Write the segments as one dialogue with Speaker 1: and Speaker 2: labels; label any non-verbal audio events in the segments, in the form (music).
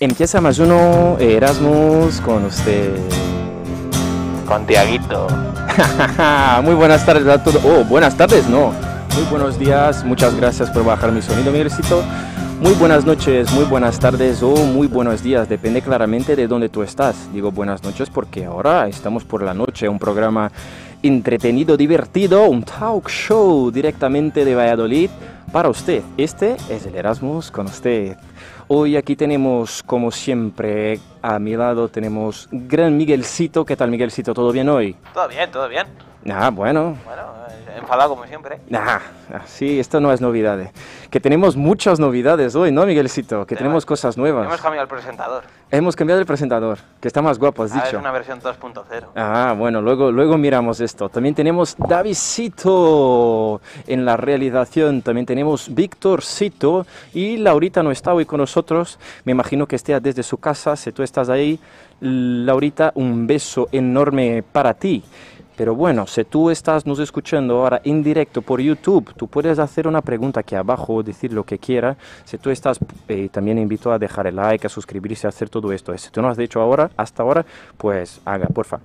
Speaker 1: Empieza más uno Erasmus con usted.
Speaker 2: Con Tiaguito.
Speaker 1: (laughs) Ah, Muy buenas tardes a todos. Oh, buenas tardes, no. Muy buenos días, muchas gracias por bajar mi sonido, mi ejército. Muy buenas noches, muy buenas tardes o muy buenos días, depende claramente de dónde tú estás. Digo buenas noches porque ahora estamos por la noche, un programa entretenido, divertido, un talk show directamente de Valladolid para usted. Este es el Erasmus con usted. Hoy aquí tenemos, como siempre, a mi lado tenemos gran Miguelcito. ¿Qué tal Miguelcito? ¿Todo bien hoy?
Speaker 2: Todo bien, todo bien.
Speaker 1: Ah, bueno.
Speaker 2: Bueno, eh, enfadado como siempre.
Speaker 1: Ah, sí, esto no es novedad. Que tenemos muchas novedades hoy, ¿no, Miguelcito? Que
Speaker 2: Sí,
Speaker 1: tenemos
Speaker 2: bueno.
Speaker 1: cosas nuevas.
Speaker 2: Hemos cambiado el presentador.
Speaker 1: Hemos cambiado el presentador, que está más guapo, has
Speaker 2: Ahora
Speaker 1: dicho.
Speaker 2: Ah, es una versión 2.0.
Speaker 1: Ah, bueno, luego, luego miramos esto. También tenemos Davidcito en la realización. También tenemos Víctorcito. Y Laurita no está hoy con nosotros. Me imagino que esté desde su casa. Si tú estás ahí, Laurita, un beso enorme para ti. Pero bueno, si tú estás nos escuchando ahora en directo por YouTube, tú puedes hacer una pregunta aquí abajo, decir lo que quieras. Si tú estás, eh, también invito a dejar el like, a suscribirse, a hacer todo esto. Si tú no has hecho ahora, hasta ahora, pues haga, porfa.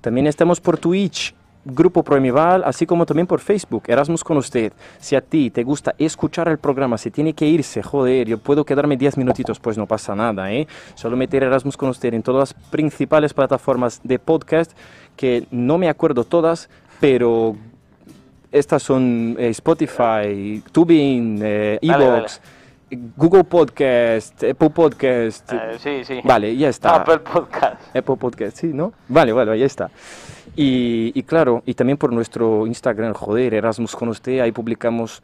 Speaker 1: También estamos por Twitch, Grupo Proemival, así como también por Facebook, Erasmus con usted. Si a ti te gusta escuchar el programa, si tiene que irse, joder, yo puedo quedarme 10 minutitos, pues no pasa nada, ¿eh? Solo meter Erasmus con usted en todas las principales plataformas de podcast, que no me acuerdo todas, pero estas son eh, Spotify, Tubin, eh,
Speaker 2: Dale,
Speaker 1: Evox, Google Podcast, Apple Podcast.
Speaker 2: Eh, sí, Ah, sí.
Speaker 1: Vale, ya está.
Speaker 2: Apple Podcast.
Speaker 1: Apple Podcast, sí, ¿no? Vale, vale, ahí está. Y, y claro, y también por nuestro Instagram, joder, Erasmus con usted, ahí publicamos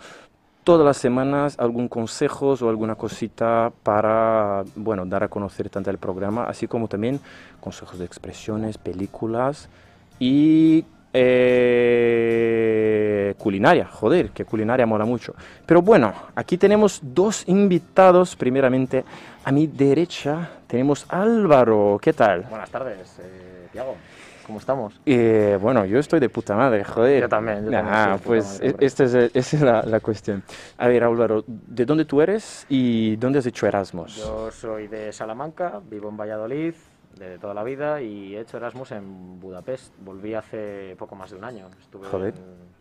Speaker 1: todas las semanas algún consejos o alguna cosita para, bueno, dar a conocer tanto el programa, así como también consejos de expresiones, películas y eh, culinaria, joder, que culinaria mola mucho. Pero bueno, aquí tenemos dos invitados, primeramente a mi derecha tenemos Álvaro, ¿qué tal?
Speaker 3: Buenas tardes, eh, Tiago. ¿Cómo estamos?
Speaker 1: Eh, bueno, yo estoy de puta madre, joder.
Speaker 3: Yo también, yo
Speaker 1: Nah,
Speaker 3: también estoy de puta
Speaker 1: pues
Speaker 3: madre,
Speaker 1: e-
Speaker 3: hombre.
Speaker 1: esta es, el- esa es la, la cuestión. A ver, Álvaro, ¿de dónde tú eres y dónde has hecho Erasmus?
Speaker 3: Yo soy de Salamanca, vivo en Valladolid desde toda la vida y he hecho Erasmus en Budapest. Volví hace poco más de un año. Estuve
Speaker 1: Joder.
Speaker 3: en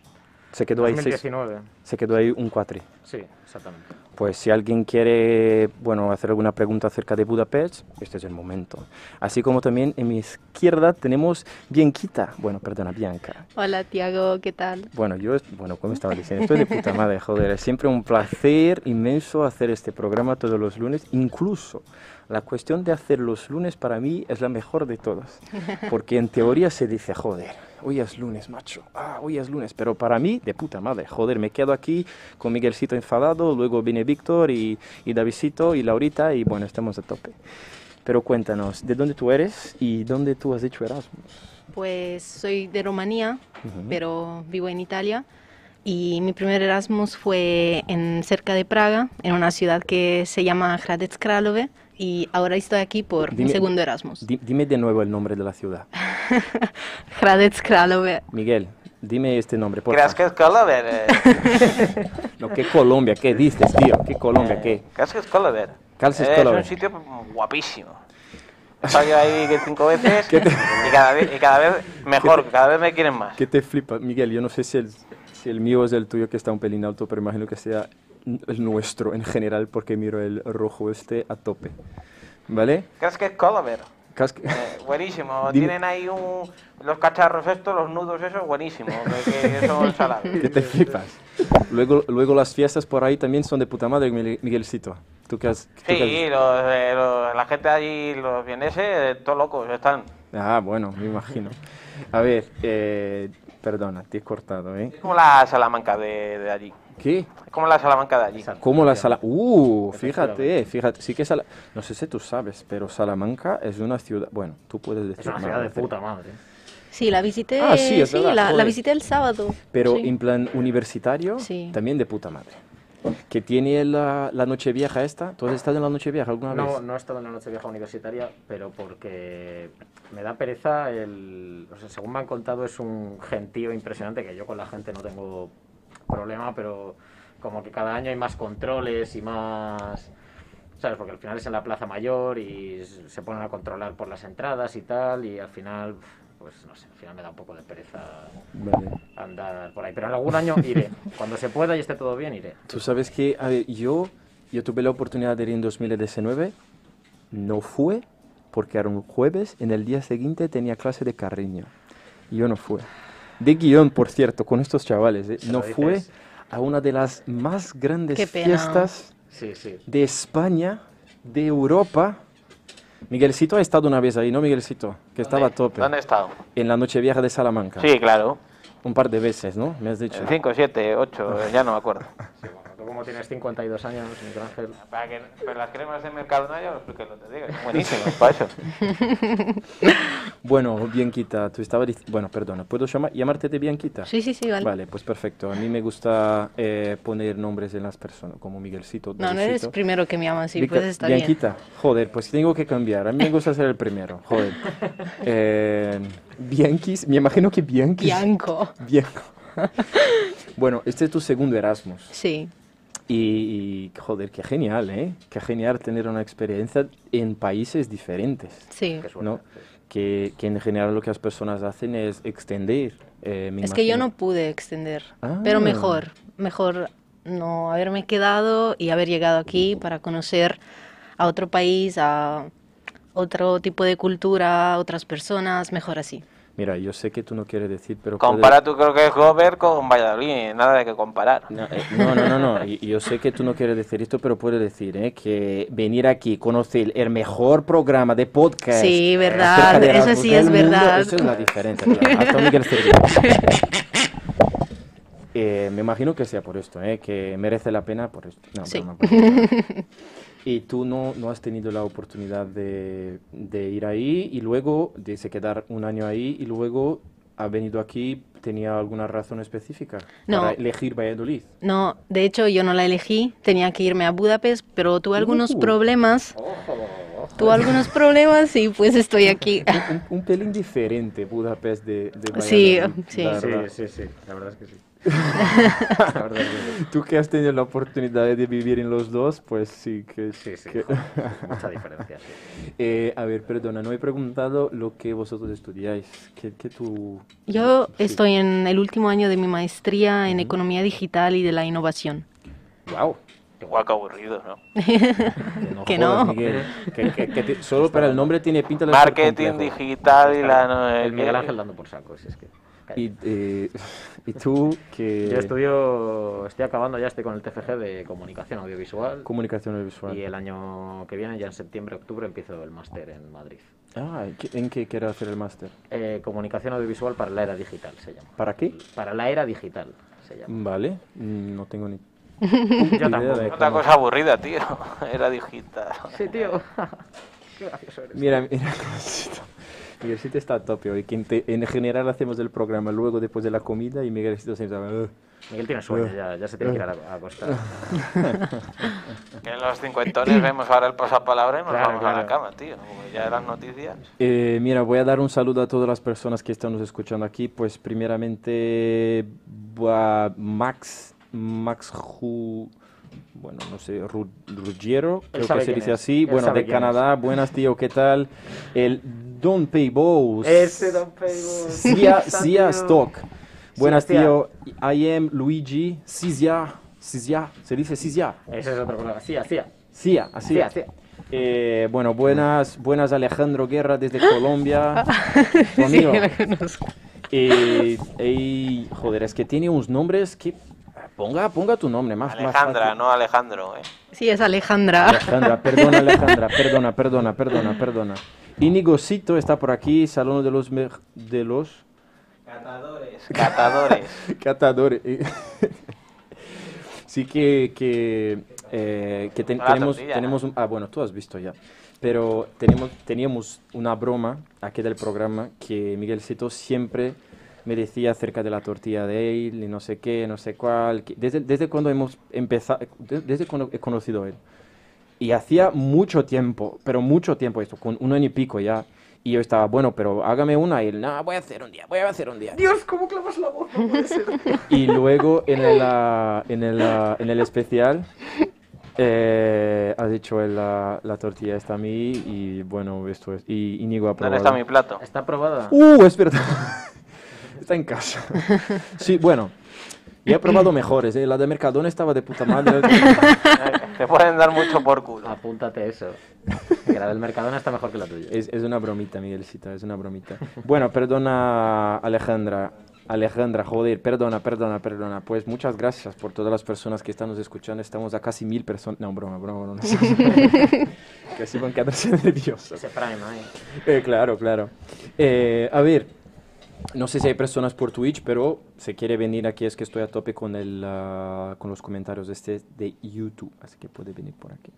Speaker 1: se, quedó ahí seis-
Speaker 3: 2019.
Speaker 1: se quedó ahí un cuatri.
Speaker 3: Sí, exactamente.
Speaker 1: Pues si alguien quiere, bueno, hacer alguna pregunta acerca de Budapest, este es el momento. Así como también en mi izquierda tenemos Bianquita, bueno, perdona, Bianca.
Speaker 4: Hola, Tiago, ¿qué tal?
Speaker 1: Bueno, yo, es- bueno, como estaba diciendo, estoy de puta madre, joder, es siempre un placer inmenso hacer este programa todos los lunes, incluso la cuestión de hacer los lunes para mí es la mejor de todas, porque en teoría se dice, joder, hoy es lunes, macho, ah, hoy es lunes, pero para mí, de puta madre, joder, me quedo aquí con Miguelcito enfadado, luego viene Víctor y, y Davidcito y Laurita y bueno, estamos a tope. Pero cuéntanos, ¿de dónde tú eres y dónde tú has hecho Erasmus?
Speaker 4: Pues soy de Rumanía,
Speaker 1: Ujú.
Speaker 4: pero vivo en Italia. Y mi primer Erasmus fue en cerca de Praga, en una ciudad que se llama Hradec Králové. Y ahora estoy aquí por
Speaker 1: Dime-
Speaker 4: mi segundo Erasmus.
Speaker 1: Di- dime de nuevo el nombre de la ciudad.
Speaker 4: (laughs) Hradec Králové.
Speaker 1: Miguel, dime este nombre, por
Speaker 2: ¿Crees que
Speaker 1: favor.
Speaker 2: es Colover? eh?
Speaker 1: (laughs) No, ¿Qué Colombia? ¿Qué dices, tío? ¿Qué Colombia? ¿Qué?
Speaker 2: ¿Crees que es Colover?
Speaker 1: ¿Crees que es
Speaker 2: Eh,
Speaker 1: Colover?
Speaker 2: un sitio guapísimo. He estado yo ahí que cinco
Speaker 1: (laughs)
Speaker 2: veces y, cada vez, y cada vez mejor, cada vez me quieren más.
Speaker 1: ¿Qué te flipa, Miguel? Yo no sé si el, si el mío es el tuyo, que está un pelín alto, pero imagino que sea n- el nuestro en general, porque miro el rojo este a tope. ¿Vale?
Speaker 2: ¿Crees que es Colover?
Speaker 1: ¿Crees que- (laughs)
Speaker 2: Eh, buenísimo.
Speaker 1: Dime-
Speaker 2: Tienen ahí un, los cacharros estos, los nudos esos, buenísimo. Que,
Speaker 1: (laughs)
Speaker 2: que son salados.
Speaker 1: que te flipas? Luego, luego las fiestas por ahí también son de puta madre, Miguel- Miguelcito. ¿Tú qué has...? tú qué
Speaker 2: Sí, los, eh, los- la gente allí, los vieneses, eh, todos locos están.
Speaker 1: has- Ah, bueno, me imagino. A ver, eh, perdona, te he cortado, ¿eh?
Speaker 2: Es como la Salamanca de, de allí.
Speaker 1: ¿Qué?
Speaker 2: Es como la Salamanca de allí.
Speaker 3: Exacto.
Speaker 1: Como la sala. Uh, fíjate,
Speaker 3: Efectivamente.
Speaker 1: fíjate. Sí que Sala- No sé si tú sabes, pero Salamanca es una ciudad. Bueno, tú puedes decir.
Speaker 3: Es una
Speaker 1: más,
Speaker 3: ciudad de
Speaker 1: pero-
Speaker 3: puta madre.
Speaker 4: Sí, la visité,
Speaker 1: Ah, sí, es verdad,
Speaker 4: la, la
Speaker 1: joder.
Speaker 4: visité el sábado.
Speaker 1: Pero
Speaker 4: sí.
Speaker 1: en plan universitario,
Speaker 4: Sí.
Speaker 1: también de puta madre. Que tiene la, la noche vieja esta. ¿Tú has estado en la noche vieja alguna
Speaker 3: No,
Speaker 1: vez?
Speaker 3: no he estado en la noche vieja universitaria, pero porque me da pereza el... o sea, según me han contado, es un gentío impresionante, que yo con la gente no tengo problema, pero como que cada año hay más controles y más... ¿sabes? Porque al final es en la Plaza Mayor y se ponen a controlar por las entradas y tal, y al final, pues no sé, al final me da un poco de pereza
Speaker 1: Vale.
Speaker 3: andar por ahí. Pero en algún año iré. Cuando se pueda y esté todo bien, iré.
Speaker 1: Tú sabes que a ver, yo, yo tuve la oportunidad de ir en 2019, no fue porque era un jueves, en el día siguiente tenía clase de carriño. Y yo no fue. De guión, por cierto, con estos chavales. ¿eh?
Speaker 3: Se
Speaker 1: No
Speaker 3: lo dices.
Speaker 1: fue a una de las más grandes
Speaker 4: Qué pena.
Speaker 1: fiestas
Speaker 3: Sí, sí.
Speaker 1: de España, de Europa. Miguelcito ha estado una vez ahí, ¿no, Miguelcito? Que estaba a tope.
Speaker 2: ¿Dónde he estado?
Speaker 1: En la noche vieja de Salamanca.
Speaker 2: Sí, claro.
Speaker 1: Un par de veces, ¿no? Me has dicho.
Speaker 2: 5,
Speaker 1: (laughs)
Speaker 2: 7, 8, ya no me acuerdo.
Speaker 3: Sí, bueno, tú como tienes 52 años, Miguel Ángel.
Speaker 2: Para que, pero las cremas de Mercadona ya lo expliqué el otro día, que son (laughs) buenísimas
Speaker 1: (laughs)
Speaker 2: para eso.
Speaker 1: Bueno, Bianquita, tú estabas dic- Bueno, perdona, ¿puedo llamar- llamarte de Bianquita?
Speaker 4: Sí, sí, sí, vale.
Speaker 1: Vale, pues perfecto. A mí me gusta eh, poner nombres en las personas, como Miguelcito.
Speaker 4: No, no eres
Speaker 1: Delicito.
Speaker 4: primero que me llamas, sí,
Speaker 1: Bianca-
Speaker 4: pues está bien.
Speaker 1: Bianquita, joder, pues tengo que cambiar. A mí me gusta ser el primero,
Speaker 4: (laughs)
Speaker 1: joder. Eh, Bianquis, me imagino que Bianquis.
Speaker 4: Bianco.
Speaker 1: Bianco. (laughs) Bueno, este es tu segundo Erasmus.
Speaker 4: Sí,
Speaker 1: Y, y, joder, qué genial, ¿eh? Qué genial tener una experiencia en países diferentes.
Speaker 4: sí.
Speaker 3: Qué suerte.
Speaker 1: ¿no? Que, que en general lo que las personas hacen es extender. eh, me
Speaker 4: Es que yo no
Speaker 1: imagino.
Speaker 4: pude extender,
Speaker 1: Ah.
Speaker 4: pero mejor, mejor no haberme quedado y haber llegado aquí para conocer a otro país, a otro tipo de cultura, a otras personas, mejor así.
Speaker 1: Mira, yo sé que tú no quieres decir, pero... puedes-
Speaker 2: Compara tú creo que es Gober con Valladolid, nada de que comparar.
Speaker 1: No, eh, no, no, no, no, y- y yo sé que tú no quieres decir esto, pero puedes decir, ¿eh? Que venir aquí, conocer el mejor programa de podcast...
Speaker 4: Sí,
Speaker 1: eh,
Speaker 4: verdad,
Speaker 1: acerca de
Speaker 4: eso
Speaker 1: Erasmus
Speaker 4: sí
Speaker 1: del
Speaker 4: es
Speaker 1: mundo,
Speaker 4: verdad.
Speaker 1: Eso es la diferencia, claro. Hasta Miguel Cervera. (laughs) Eh, me imagino que sea por esto, ¿eh? Que merece la pena por esto. No,
Speaker 4: Sí.
Speaker 1: broma, broma, broma.
Speaker 4: (laughs)
Speaker 1: Y tú no, no has tenido la oportunidad de, de ir ahí y luego de se quedar un año ahí y luego ha venido aquí, ¿tenía alguna razón específica
Speaker 4: No.
Speaker 1: para elegir
Speaker 4: (laughs)
Speaker 1: Valladolid?
Speaker 4: No, de hecho yo no la elegí, tenía que irme a Budapest, pero tuve algunos
Speaker 1: Uh.
Speaker 4: problemas,
Speaker 3: Ojo, ojo.
Speaker 4: tuve algunos problemas y pues
Speaker 1: (laughs)
Speaker 4: estoy aquí.
Speaker 1: Un, un pelín diferente Budapest de, de
Speaker 4: Sí,
Speaker 1: Valladolid,
Speaker 4: sí.
Speaker 1: la
Speaker 3: Sí,
Speaker 1: verdad.
Speaker 3: sí, sí. La verdad es que sí. (laughs) La verdad es que sí.
Speaker 1: Tú que has tenido la oportunidad de vivir en los dos, pues sí que...
Speaker 3: Sí, sí.
Speaker 1: que-
Speaker 3: joder, mucha diferencia. (laughs) sí.
Speaker 1: (laughs) Eh, a ver, perdona, no he preguntado lo que vosotros estudiáis. ¿Qué, qué tú...?
Speaker 4: Yo
Speaker 1: sí.
Speaker 4: estoy en el último año de mi maestría en Economía Digital y de la Innovación.
Speaker 1: ¡Wow!
Speaker 2: Igual que aburrido, ¿no?
Speaker 4: Que
Speaker 1: jodas,
Speaker 4: no.
Speaker 1: Miguel, que- que- que te- solo para el nombre tiene pinta de ser
Speaker 2: Marketing
Speaker 1: complejo.
Speaker 2: digital y la... no-
Speaker 3: El Miguel Ángel dando por saco, si es que...
Speaker 1: Y, eh, (laughs) y tú, que...
Speaker 3: Yo estudio, estoy acabando ya, estoy con el TFG de comunicación audiovisual
Speaker 1: Comunicación audiovisual.
Speaker 3: y el año que viene, ya en septiembre, octubre, empiezo el máster en Madrid.
Speaker 1: Ah, ¿en qué- ¿en qué quieres hacer el máster?
Speaker 3: Eh, comunicación audiovisual para la era digital se llama.
Speaker 1: ¿Para qué?
Speaker 3: Para la era digital se llama.
Speaker 1: Vale, mm, no
Speaker 4: (laughs)
Speaker 1: tengo ni...
Speaker 3: Yo
Speaker 1: idea
Speaker 3: tampoco.
Speaker 1: de
Speaker 2: Otra
Speaker 1: cómo-
Speaker 2: cosa aburrida, tío. (laughs) Era digital.
Speaker 3: (laughs) Sí, tío. Qué gracioso eres.
Speaker 1: Mira, mira, (laughs) Miguelcito. Miguelcito está a tope hoy. que en te- en general hacemos el programa luego después de la comida y Miguelcito se sabe.
Speaker 3: Miguel tiene sueño, ya, ya se tiene que ir a, a acostar.
Speaker 2: Que los cincuentones vemos ahora el pasapalabra y nos
Speaker 3: Claro,
Speaker 2: vamos a
Speaker 3: claro.
Speaker 2: la cama, tío. Como ya las noticias.
Speaker 1: Eh, mira, voy a dar un saludo a todas las personas que están nos escuchando aquí. Pues primeramente a Max, Max Ju, bueno, no sé, Ru- Ruggiero, creo
Speaker 3: sabe
Speaker 1: que se
Speaker 3: quién
Speaker 1: dice
Speaker 3: es.
Speaker 1: así.
Speaker 3: Él
Speaker 1: Bueno,
Speaker 3: sabe
Speaker 1: de
Speaker 3: quién es.
Speaker 1: Canadá, buenas tío, ¿qué tal? El Don Paybos.
Speaker 3: Ese Don Paybos.
Speaker 1: Sia,
Speaker 3: Está,
Speaker 1: Sia
Speaker 3: tío.
Speaker 1: Stock. Buenas
Speaker 3: Sia.
Speaker 1: tío, I am Luigi Sisia, Sisia, se dice Sisia.
Speaker 3: Ese es otro colega. Sí, así.
Speaker 1: Sia, así.
Speaker 3: Sia, Sia.
Speaker 1: Eh, bueno, buenas, buenas Alejandro Guerra
Speaker 4: (laughs)
Speaker 1: desde Colombia. Tu
Speaker 4: Sí,
Speaker 1: amigo.
Speaker 4: la conozco.
Speaker 1: Eh, ey, joder, es que tiene unos nombres que... Ponga, ponga tu nombre, más más
Speaker 2: Alejandra,
Speaker 1: fácil.
Speaker 2: no Alejandro, eh.
Speaker 4: Sí, es Alejandra.
Speaker 1: Alejandra,
Speaker 2: (laughs)
Speaker 1: perdona, Alejandra, perdona, perdona, perdona, perdona. Íñigo Cito está por aquí, salón de los... mej- de los...
Speaker 2: Catadores.
Speaker 1: (laughs)
Speaker 2: Catadores.
Speaker 1: catadores. eh. Sí que, que, eh, que ten-
Speaker 2: Hola,
Speaker 1: tenemos,
Speaker 2: tortilla.
Speaker 1: tenemos un- ah, bueno, tú has visto ya, pero tenemos, teníamos una broma aquí del programa que Miguelcito siempre me decía acerca de la tortilla de él y no sé qué, no sé cuál, que- desde, desde cuando hemos empezado, de- desde cuando he conocido a él. Y hacía mucho tiempo, pero mucho tiempo esto, con un año y pico ya. Y yo estaba, bueno, pero hágame una. Y él, no, voy a hacer un día, voy a hacer un día.
Speaker 3: Dios, ¿cómo clavas la voz? No puede ser.
Speaker 1: Y luego en el, ah, en el, ah, en el especial Eh, has dicho el- la, la tortilla está a mí y bueno, esto es. Y Íñigo ha probado.
Speaker 2: ¿Dónde está mi plato?
Speaker 3: ¿Está aprobada?
Speaker 1: ¡Uh! Es verdad. (laughs) está en casa. sí, bueno. Y he probado mejores. ¿eh? La de Mercadona estaba de puta
Speaker 3: (laughs)
Speaker 1: madre.
Speaker 2: Eh, (laughs) Te pueden dar mucho por culo.
Speaker 1: (laughs)
Speaker 3: Apúntate eso. Que la del Mercadona está mejor que la tuya.
Speaker 1: es, es una bromita, Miguelcita, es una bromita. Bueno, perdona, Alejandra. Alejandra, joder, perdona, perdona, perdona. Pues muchas gracias por todas las personas que están nos escuchando. Estamos a casi mil personas. No, broma, broma, broma. que así van a quedarse nerviosas.
Speaker 3: Ese Prime ahí.
Speaker 1: Eh, claro, claro. Eh, a ver, no sé si hay personas por Twitch, pero si quiere venir aquí es que estoy a tope con, el, ah, con los comentarios de, este, de YouTube, así que puede venir por aquí.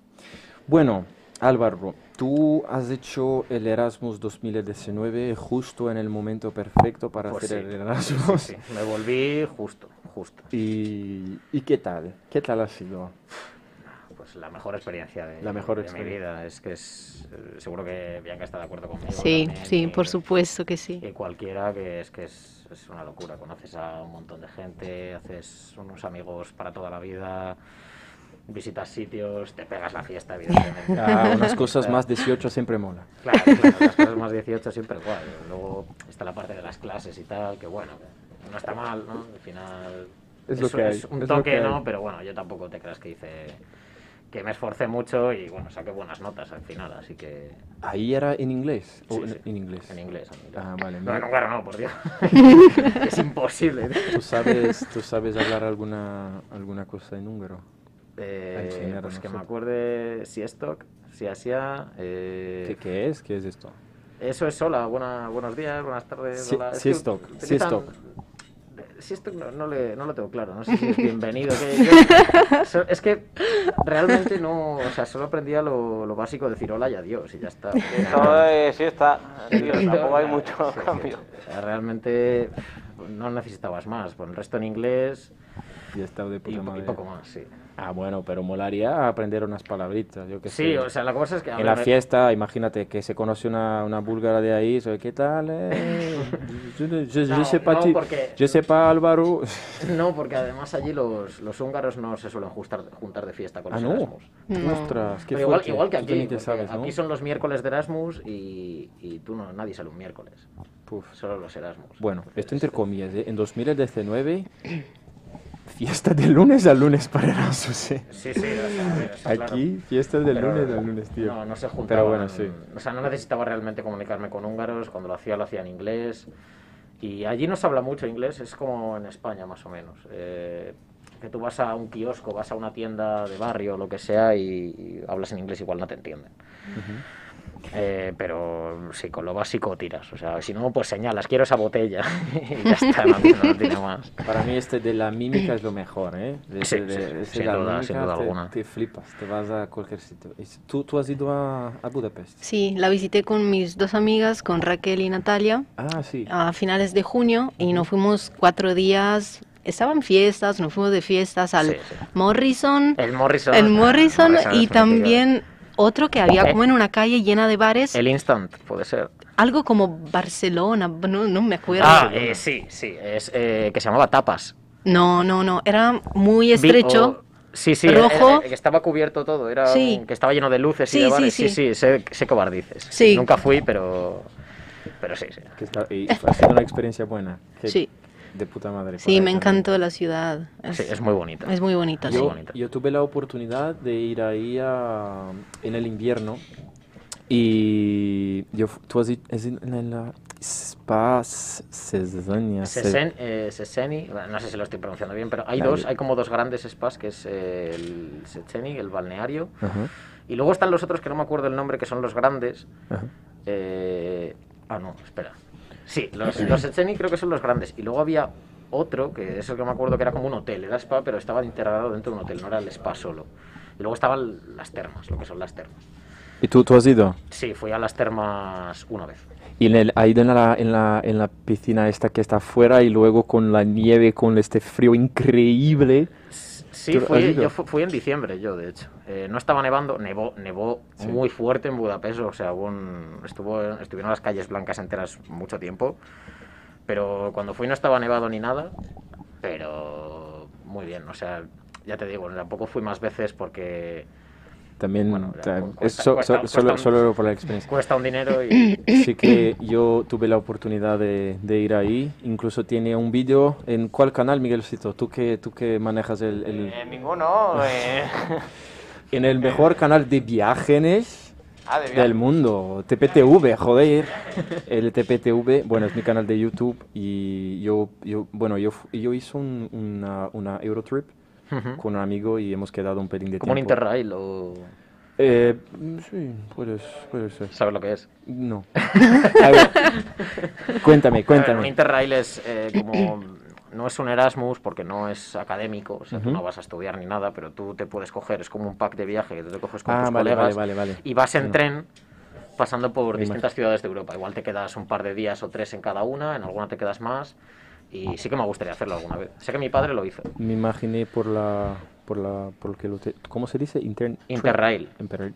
Speaker 1: Bueno, Álvaro, tú has hecho el Erasmus 2019 justo en el momento perfecto para
Speaker 3: Pues
Speaker 1: hacer
Speaker 3: sí.
Speaker 1: el Erasmus.
Speaker 3: Sí, me volví justo, justo.
Speaker 1: Y, ¿Y qué tal? ¿Qué tal ha
Speaker 3: (laughs)
Speaker 1: sido?
Speaker 3: Pues la mejor experiencia de,
Speaker 1: La mejor
Speaker 3: de mi
Speaker 1: experiencia.
Speaker 3: vida. Es que es. eh, Seguro que Bianca está de acuerdo conmigo.
Speaker 4: Sí,
Speaker 3: también,
Speaker 4: sí,
Speaker 3: que-
Speaker 4: por supuesto que sí.
Speaker 3: Y cualquiera que es que es, es una locura. Conoces a un montón de gente, haces unos amigos para toda la vida, visitas sitios, te pegas la fiesta, evidentemente.
Speaker 1: (laughs) Ah, unas cosas más 18 siempre mola.
Speaker 3: Claro, claro, las cosas más 18 siempre igual. Luego está la parte de las clases y tal, que bueno, que no está mal, ¿no? Al final.
Speaker 1: Es lo que hay,
Speaker 3: es un
Speaker 1: es lo
Speaker 3: toque,
Speaker 1: que hay.
Speaker 3: ¿no? Pero bueno, yo tampoco te creas que hice. que me esforcé mucho y bueno, saqué buenas notas al final, así que.
Speaker 1: Ahí era en inglés. o
Speaker 3: sí,
Speaker 1: Oh, en,
Speaker 3: sí,
Speaker 1: en inglés.
Speaker 3: En inglés, en inglés.
Speaker 1: Ah, vale.
Speaker 3: No,
Speaker 1: mira.
Speaker 3: no, claro,
Speaker 1: (laughs)
Speaker 3: no, por Dios. es imposible.
Speaker 1: ¿Tú sabes, tú sabes hablar alguna, alguna cosa en húngaro?
Speaker 3: Eh,
Speaker 1: Enseñar a
Speaker 3: pues que me
Speaker 1: nosotros.
Speaker 3: acuerde si esto, si hacía. eh,
Speaker 1: ¿Qué, qué es? ¿Qué es esto?
Speaker 3: Eso es hola, buena- buenos días, buenas tardes.
Speaker 1: Sí-
Speaker 3: hola. Es
Speaker 1: sí
Speaker 3: que
Speaker 1: stock, sí
Speaker 3: utilizan-
Speaker 1: stock.
Speaker 3: Sí stock no, no le- no lo tengo claro, no sé
Speaker 1: (laughs)
Speaker 3: si es bienvenido. que- que- so- es que realmente no, o sea, solo aprendía lo, lo básico de decir hola y adiós y
Speaker 2: (laughs)
Speaker 3: ya está.
Speaker 2: Eso es, sí está. Tío, tampoco hay mucho
Speaker 3: Sí, sí,
Speaker 2: cambio.
Speaker 3: o sea, realmente no necesitabas más, con el resto en inglés
Speaker 1: Y está de
Speaker 3: y,
Speaker 1: puta
Speaker 3: un
Speaker 1: madre.
Speaker 3: poco más, sí.
Speaker 1: Ah, bueno, pero molaría aprender unas palabritas, yo que sé.
Speaker 3: Sí, o sea, la cosa es que... a
Speaker 1: en
Speaker 3: ver,
Speaker 1: la
Speaker 3: me-
Speaker 1: fiesta, imagínate que se conoce una, una búlgara de ahí, soy, ¿qué tal?
Speaker 3: (laughs)
Speaker 1: eh? Yo, no- yo- yo
Speaker 3: No,
Speaker 1: sé pa
Speaker 3: no,
Speaker 1: ti-
Speaker 3: porque-
Speaker 1: yo sé pa Álvaro.
Speaker 3: No, porque además allí los, los húngaros no se suelen justar- juntar de fiesta
Speaker 1: (laughs)
Speaker 3: con
Speaker 1: Ah,
Speaker 3: los
Speaker 1: no.
Speaker 3: Erasmus.
Speaker 4: No.
Speaker 1: Ostras, qué
Speaker 3: Pero igual,
Speaker 1: fuerte.
Speaker 3: igual que
Speaker 1: Tú
Speaker 3: aquí.
Speaker 1: también te
Speaker 3: porque
Speaker 1: sabes, ¿no?
Speaker 3: Aquí son los miércoles de Erasmus y, y tú no, nadie sale un miércoles.
Speaker 1: Puf.
Speaker 3: (laughs) Solo los Erasmus.
Speaker 1: Bueno, esto entre
Speaker 3: Entonces,
Speaker 1: comillas, ¿eh? en 2019, fiesta de lunes a lunes para Erasmus, ¿eh?
Speaker 3: Sí, sí, o sea, a ver, está claro.
Speaker 1: Aquí, fiestas del
Speaker 3: Pero
Speaker 1: lunes al lunes, tío.
Speaker 3: No, no se juntaban.
Speaker 1: Pero bueno, sí.
Speaker 3: O sea, no necesitaba realmente comunicarme con húngaros. Cuando lo hacía, lo hacía en inglés. Y allí no se habla mucho inglés. Es como en España, más o menos. Eh, que tú vas a un kiosco, vas a una tienda de barrio, lo que sea, y, y hablas en inglés, igual no te entienden. Eh, pero sí, con lo básico tiras. O sea, si no, pues señalas, quiero esa botella. (laughs) y ya está, no, no tiene más.
Speaker 1: Para mí este de la mímica es lo mejor, ¿eh? De,
Speaker 3: Sí,
Speaker 1: de-
Speaker 3: sí,
Speaker 1: de-
Speaker 3: sin
Speaker 1: de la
Speaker 3: duda, sin
Speaker 1: mímica
Speaker 3: duda
Speaker 1: te,
Speaker 3: alguna.
Speaker 1: te flipas, te vas a cualquier sitio. Y si- ¿Tú, tú has ido a, a Budapest?
Speaker 4: Sí, la visité con mis dos amigas, con Raquel y Natalia,
Speaker 1: Ah, sí.
Speaker 4: a finales de junio y nos fuimos cuatro días. Estaban fiestas, nos fuimos de fiestas al
Speaker 3: Sí, sí.
Speaker 4: Morrison,
Speaker 3: El Morrison.
Speaker 4: el Morrison
Speaker 3: es
Speaker 4: y
Speaker 3: mítico.
Speaker 4: también otro que había
Speaker 3: Eh.
Speaker 4: como en una calle llena de bares,
Speaker 3: El Instant, puede ser.
Speaker 4: algo como Barcelona, no, no me acuerdo.
Speaker 3: Ah, eh, sí, sí, es, eh, que se llamaba Tapas.
Speaker 4: No, no, no, era muy
Speaker 3: Vi- oh.
Speaker 4: estrecho.
Speaker 3: o- sí, sí, eh,
Speaker 4: rojo.
Speaker 3: eh, que estaba cubierto todo, era
Speaker 4: Sí.
Speaker 3: un- que estaba lleno de luces y
Speaker 4: Sí,
Speaker 3: de
Speaker 4: sí,
Speaker 3: bares. Sí,
Speaker 4: sí.
Speaker 3: sí, sé, sé que bar dices.
Speaker 4: Sí.
Speaker 3: Nunca fui, pero, pero sí, sí.
Speaker 1: Que está- y ha sido una experiencia buena. que-
Speaker 4: Sí.
Speaker 1: De puta madre.
Speaker 4: Sí,
Speaker 1: por
Speaker 4: me
Speaker 1: ahí también.
Speaker 4: encantó la ciudad. Es,
Speaker 3: Sí, es muy bonita.
Speaker 4: es muy bonita, sí.
Speaker 1: Yo,
Speaker 3: bonita.
Speaker 1: yo tuve la oportunidad de ir ahí a- en el invierno y yo, fu- tú has ido has ido en la Spa Cesania.
Speaker 3: Sesen- eh, Seseni, bueno, no sé si lo estoy pronunciando bien, pero hay
Speaker 1: Nadie.
Speaker 3: dos, hay como dos grandes spas, que es eh, el Seseni, el balneario, y luego están los otros que no me acuerdo el nombre, que son los grandes, Eh, ah, no, espera. Sí, los, los Echeni creo que son los grandes. Y luego había otro, que es el que me acuerdo que era como un hotel, era spa, pero estaba integrado dentro de un hotel, no era el spa solo. Y luego estaban las termas, lo que son las termas.
Speaker 1: ¿Y tú, tú has ido?
Speaker 3: Sí, fui a las termas una vez.
Speaker 1: Y en el, ha ido en la, en, la, en la piscina esta que está afuera y luego con la nieve, con este frío increíble.
Speaker 3: Sí,
Speaker 1: ¿Tú has
Speaker 3: fui,
Speaker 1: ido?
Speaker 3: yo fu- fui en diciembre, yo, de hecho. Eh, no estaba nevando, nevó, nevó
Speaker 1: Sí.
Speaker 3: muy fuerte en Budapest, o sea, hubo un- estuvo, estuvieron las calles blancas enteras mucho tiempo, pero cuando fui no estaba nevado ni nada, pero muy bien, o sea, ya te digo, tampoco fui más veces porque
Speaker 1: También
Speaker 3: Bueno, ya,
Speaker 1: ta-
Speaker 3: cuesta-
Speaker 1: es so- so-
Speaker 3: cuesta-
Speaker 1: solo,
Speaker 3: cuesta un-
Speaker 1: solo por la experiencia.
Speaker 3: (laughs) cuesta un dinero y
Speaker 1: (coughs) Sí que yo tuve la oportunidad de, de ir ahí. Incluso tiene un vídeo. ¿En cuál canal, Miguelcito? ¿Tú que, tú que manejas el, el-
Speaker 2: Eh, ninguno. eh. (laughs)
Speaker 1: En
Speaker 3: eh,
Speaker 1: el mejor canal de viajes
Speaker 2: Ah, de
Speaker 1: del mundo. TPTV, joder. El TPTV, bueno, es mi canal de YouTube. Y yo, yo bueno, yo, fu- yo hice un- una, una Eurotrip con un amigo y hemos quedado un pelín de
Speaker 3: como un
Speaker 1: tiempo.
Speaker 3: Interrail o
Speaker 1: Eh, sí, puede, puede ser.
Speaker 3: sabes lo que es.
Speaker 1: No. A ver, cuéntame,
Speaker 3: A ver, un
Speaker 1: cuéntame.
Speaker 3: Interrail es eh, como. (clears throat) No es un Erasmus porque no es académico, o sea, tú
Speaker 1: Ujú.
Speaker 3: no vas a estudiar ni nada, pero tú te puedes coger, es como un pack de viaje que tú te coges con
Speaker 1: Ah,
Speaker 3: tus
Speaker 1: vale, vale,
Speaker 3: colegas
Speaker 1: vale, vale.
Speaker 3: y vas en
Speaker 1: No.
Speaker 3: tren pasando por
Speaker 1: Me
Speaker 3: distintas ciudades de Europa. Igual te quedas un par de días o tres en cada una, en alguna te quedas más y sí que me gustaría hacerlo alguna vez. Sé que mi padre lo hizo.
Speaker 1: Me imaginé por la, por la, porque lo te- ¿cómo se dice? Intern-
Speaker 3: Interrail.
Speaker 1: Interrail.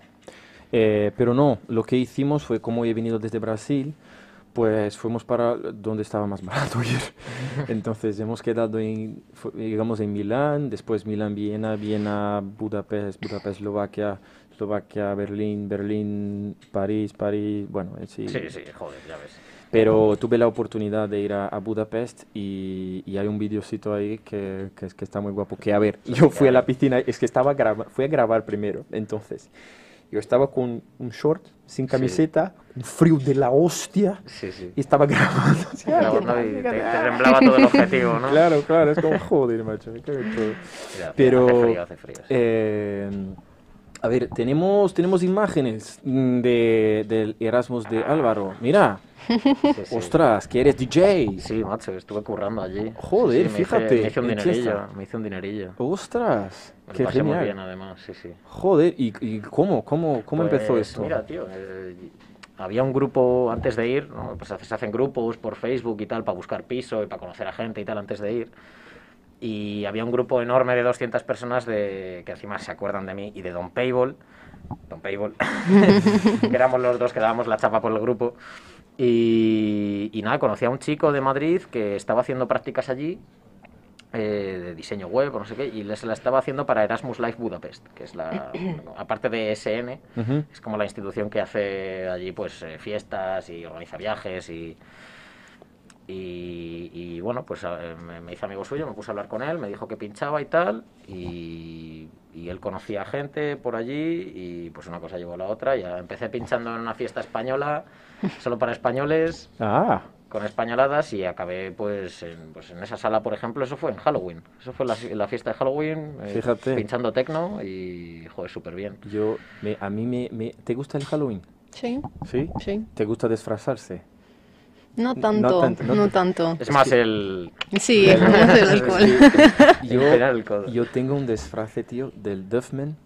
Speaker 1: Eh, pero no, lo que hicimos fue como he venido desde Brasil, pues fuimos para donde estaba más (laughs) barato ir. Entonces hemos quedado en, fu- llegamos en Milán, después Milán, Viena, Viena, Budapest, Budapest, Eslovaquia, Eslovaquia, Berlín, Berlín, París, París, bueno, eh, sí.
Speaker 3: Sí, sí, joder, ya ves.
Speaker 1: Pero tuve la oportunidad de ir a, a Budapest y, y hay un videocito ahí que, que, es- que está muy guapo. Que a ver, yo fui a la piscina, es que estaba graba, fui a grabar primero. Entonces, yo estaba con un short, sin camiseta, un frío de la hostia
Speaker 3: Sí, sí.
Speaker 1: y estaba (laughs) grabando. así,
Speaker 3: Te,
Speaker 1: ah, qué
Speaker 3: te,
Speaker 1: mal, qué mal.
Speaker 3: temblaba todo el objetivo, ¿no?
Speaker 1: Claro, claro, es como joder, macho, me cago en todo.
Speaker 3: Mira,
Speaker 1: Pero,
Speaker 3: Hace frío, hace frío. sí.
Speaker 1: Eh, a ver, tenemos, tenemos imágenes mm, de, del Erasmus de Álvaro. Mira,
Speaker 3: Sí, sí.
Speaker 1: ostras, que eres DJ.
Speaker 3: Sí, macho, estuve currando allí.
Speaker 1: Joder,
Speaker 3: Sí, me hice-
Speaker 1: fíjate,
Speaker 3: me hice un
Speaker 1: en
Speaker 3: dinerillo,
Speaker 1: Chester.
Speaker 3: me hice un dinerillo.
Speaker 1: Ostras,
Speaker 3: Me lo
Speaker 1: qué
Speaker 3: pasé muy
Speaker 1: genial.
Speaker 3: bien, además, sí, sí.
Speaker 1: Joder, ¿y, y cómo, cómo, cómo empezó
Speaker 3: Pues,
Speaker 1: esto?
Speaker 3: Mira, tío, eh, había un grupo antes de ir, ¿no? Pues se hacen grupos por Facebook y tal para buscar piso y para conocer a gente y tal antes de ir. Y había un grupo enorme de 200 personas de, que encima se acuerdan de mí y de Don Payball.
Speaker 1: (laughs)
Speaker 3: Don Payball. que éramos los dos que dábamos la chapa por el grupo. Y, y nada, conocí a un chico de Madrid que estaba haciendo prácticas allí eh, de diseño web o no sé qué, y les la estaba haciendo para Erasmus Life Budapest, que
Speaker 1: (clears throat)
Speaker 3: es la, aparte de SN,
Speaker 1: Ujú.
Speaker 3: es como la institución que hace allí pues eh, fiestas y organiza viajes y, y, y, bueno, pues a- eh, me, me hice amigo suyo, me puse a hablar con él, me dijo que pinchaba y tal, y, y él conocía gente por allí y pues una cosa llevó a la otra, ya empecé pinchando en una fiesta española, solo para españoles,
Speaker 1: Ah,
Speaker 3: con españoladas y acabé pues en, pues en esa sala, por ejemplo, eso fue en Halloween. Eso fue la, la fiesta de Halloween, eh,
Speaker 1: Fíjate.
Speaker 3: pinchando tecno y joder, súper bien.
Speaker 1: yo, me- a mí me, me- ¿Te gusta el Halloween?
Speaker 4: Sí,
Speaker 1: ¿Sí?
Speaker 4: sí.
Speaker 1: ¿Te gusta (laughs) disfrazarse?
Speaker 4: No tanto,
Speaker 1: tanto, no
Speaker 4: no, tanto.
Speaker 3: Es más, el...
Speaker 4: Sí, (laughs) es más el
Speaker 1: Es
Speaker 4: alcohol.
Speaker 1: que
Speaker 3: Espera
Speaker 1: yo,
Speaker 3: el codo.
Speaker 1: yo tengo un disfrace, tío, del Duffman,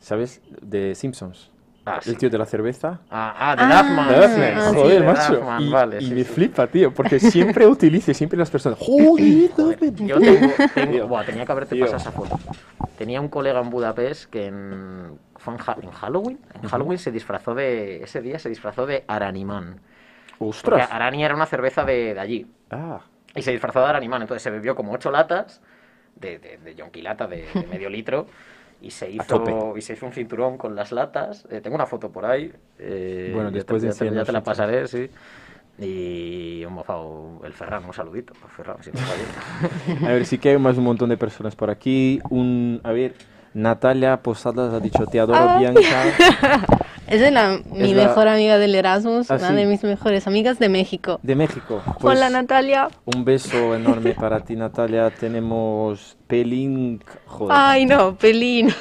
Speaker 1: ¿sabes? De Simpsons.
Speaker 3: Ah, sí.
Speaker 1: El tío de la cerveza.
Speaker 3: Ah, ah, de
Speaker 4: Ah,
Speaker 3: Duffman.
Speaker 4: de
Speaker 1: Duffman,
Speaker 4: ah, sí,
Speaker 1: joder,
Speaker 3: de
Speaker 1: macho.
Speaker 3: Duffman,
Speaker 1: y
Speaker 3: vale,
Speaker 1: y
Speaker 3: sí,
Speaker 1: me
Speaker 3: sí.
Speaker 1: flipa, tío, porque siempre (laughs) utilice, siempre las personas. (laughs) Joder, Duffman.
Speaker 3: Yo tengo, tengo-
Speaker 1: Tío.
Speaker 3: buah, tenía que haberte
Speaker 1: Tío.
Speaker 3: pasado esa foto. Tenía un colega en Budapest que en, fue en, Ja- en Halloween. En Halloween se disfrazó de. Ese día se disfrazó de Aranimán. Porque
Speaker 1: Ostras.
Speaker 3: Arani era una cerveza de, de allí.
Speaker 1: Ah,
Speaker 3: Y se disfrazó de Aranimán. Entonces se bebió como ocho latas de, de, de yonquilata de,
Speaker 1: (laughs)
Speaker 3: de medio litro. Y se, hizo,
Speaker 1: tope.
Speaker 3: y se hizo un cinturón con las latas. Eh, tengo una foto por ahí. eh,
Speaker 1: Bueno,
Speaker 3: ya te-
Speaker 1: después
Speaker 3: ya te,
Speaker 1: enséñanos
Speaker 3: ya te la
Speaker 1: otras.
Speaker 3: pasaré, sí. Y un mofao, el Ferran, un saludito. para Ferran, si
Speaker 1: (laughs)
Speaker 3: no falla.
Speaker 1: A ver, sí que hay más un montón de personas por aquí. Un, a ver, Natalia Posadas ha dicho, te adoro,
Speaker 4: Ah.
Speaker 1: Bianca,
Speaker 4: Esa es la, mi
Speaker 1: la-
Speaker 4: mejor amiga del Erasmus,
Speaker 1: Ah,
Speaker 4: una
Speaker 1: sí.
Speaker 4: de mis mejores amigas de México.
Speaker 1: de México. Pues,
Speaker 4: Hola Natalia.
Speaker 1: Un beso enorme para ti, Natalia. Tenemos Pelín, joder,
Speaker 4: Ay no, Pelín.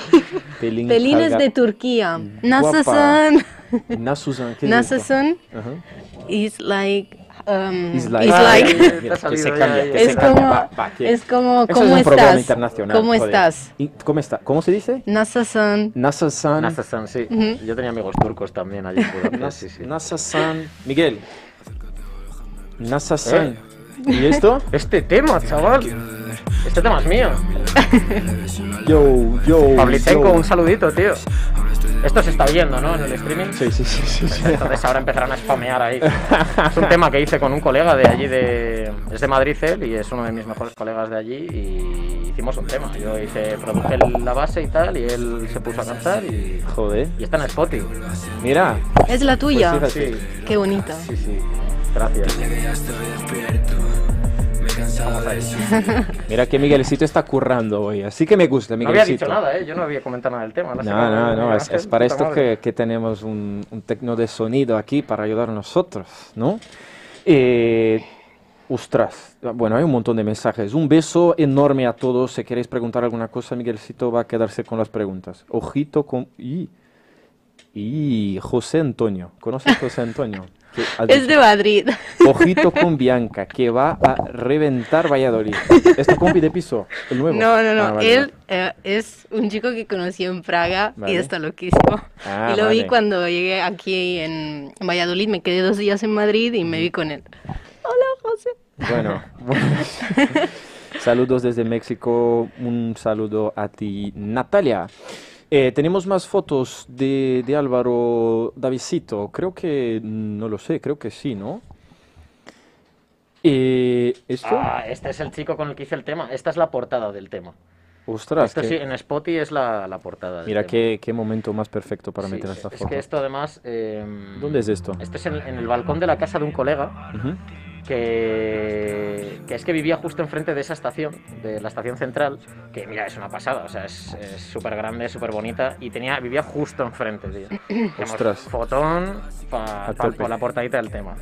Speaker 1: Pelín,
Speaker 4: (laughs) Pelín es
Speaker 1: Jalga-
Speaker 4: de Turquía.
Speaker 1: Mm. Guapa.
Speaker 4: (laughs) Nasasan.
Speaker 1: Nasusan, ¿qué es esto?
Speaker 4: Nasasan
Speaker 1: Ajá.
Speaker 4: is like. um,
Speaker 1: Is like.
Speaker 4: Mm. is
Speaker 1: Ah,
Speaker 4: like- (laughs)
Speaker 1: ya, ya, ya,
Speaker 3: Te ha
Speaker 1: que se
Speaker 3: salido
Speaker 1: cambia,
Speaker 3: ya,
Speaker 1: que
Speaker 3: ya.
Speaker 1: se
Speaker 4: Es
Speaker 1: cambia,
Speaker 4: como-
Speaker 1: va, va, que-
Speaker 4: es como,
Speaker 1: Eso
Speaker 4: ¿cómo
Speaker 1: es un programa
Speaker 4: estás?
Speaker 1: internacional,
Speaker 4: ¿Cómo
Speaker 1: joder.
Speaker 4: estás?
Speaker 1: ¿Y ¿Cómo está? ¿Cómo se dice?
Speaker 4: Nasasan.
Speaker 1: Nasusan.
Speaker 3: Nazasan, sí. Yo tenía amigos turcos también allí en Budapest. sí, sí.
Speaker 1: Nasusan. Miguel. Nasusan.
Speaker 3: Eh.
Speaker 1: ¿Y esto?
Speaker 3: Este tema, chaval. Este tema es mío.
Speaker 1: Yo, yo.
Speaker 3: Pablichenko,
Speaker 1: yo.
Speaker 3: un saludito, tío.
Speaker 5: Ahora estoy
Speaker 3: Esto se está oyendo, ¿no? En el streaming.
Speaker 1: Sí, sí, sí, sí. sí.
Speaker 3: Entonces ahora empezarán a spamear ahí. Es un tema que hice con un colega de allí de. Es de Madrid él y es uno de mis mejores colegas de allí y hicimos un tema. Yo hice, produje la base y tal y él se puso a cantar y.
Speaker 1: Joder.
Speaker 3: Y está en Spotify.
Speaker 1: Mira.
Speaker 4: Es la tuya.
Speaker 1: Pues
Speaker 3: Sí,
Speaker 4: Qué bonito.
Speaker 3: sí, sí. Gracias. Vamos ahí.
Speaker 1: Mira que Miguelcito está currando hoy. Así que me gusta,
Speaker 3: No había
Speaker 1: Miguelcito.
Speaker 3: dicho nada, ¿eh? Yo no había comentado nada del tema. sé
Speaker 1: No, no,
Speaker 3: cómo-
Speaker 1: no, es,
Speaker 3: Ángel,
Speaker 1: es para
Speaker 3: puta
Speaker 1: esto
Speaker 3: madre.
Speaker 1: que, que tenemos un, un tecno de sonido aquí para ayudar a nosotros, ¿no? Eh, ostras, bueno, hay un montón de mensajes. Un beso enorme a todos. Si queréis preguntar alguna cosa, Miguelcito va a quedarse con las preguntas. Ojito con... Y, y José Antonio, ¿conoces a José Antonio? Que ha
Speaker 4: Es
Speaker 1: dicho,
Speaker 4: de Madrid.
Speaker 1: Ojito con Bianca, que va a reventar Valladolid. ¿Es tu compi de piso? ¿El nuevo?
Speaker 4: No, no, no.
Speaker 1: Ah, vale,
Speaker 4: Él
Speaker 1: vale.
Speaker 4: eh, es un chico que conocí en Praga y
Speaker 1: Vale.
Speaker 4: está loquísimo.
Speaker 1: Ah,
Speaker 4: y lo vi
Speaker 1: vale.
Speaker 4: cuando llegué aquí en Valladolid. Me quedé dos días en Madrid y me vi con él. Hola, José.
Speaker 1: Bueno, (laughs) saludos desde México, un saludo a ti, Natalia. Eh, tenemos más fotos de, de Álvaro Davidcito, creo que, mm, no lo sé, creo que sí, ¿no? Eh, ¿esto?
Speaker 3: Ah, este es el chico con el que hice el tema. Esta es la portada del tema.
Speaker 1: Ostras,
Speaker 3: Esto
Speaker 1: qué-
Speaker 3: sí, en Spotify es la, la portada. del
Speaker 1: Ah, mira
Speaker 3: tema.
Speaker 1: qué, qué momento más perfecto para
Speaker 3: Sí,
Speaker 1: meter
Speaker 3: sí.
Speaker 1: esta
Speaker 3: Es
Speaker 1: foto.
Speaker 3: que esto además. eh,
Speaker 1: ¿Dónde es esto?
Speaker 3: Esto Este es en, en el balcón de la casa de un colega
Speaker 1: Ujú.
Speaker 3: que, que es que vivía justo enfrente de esa estación, de la estación central, que mira, es una pasada, o sea, es es súper grande, súper bonita, y tenía, vivía justo enfrente, tío.
Speaker 1: (clears throat)
Speaker 3: Digamos,
Speaker 1: Ostras.
Speaker 3: Fotón para
Speaker 1: A tope.
Speaker 3: la portadita del tema.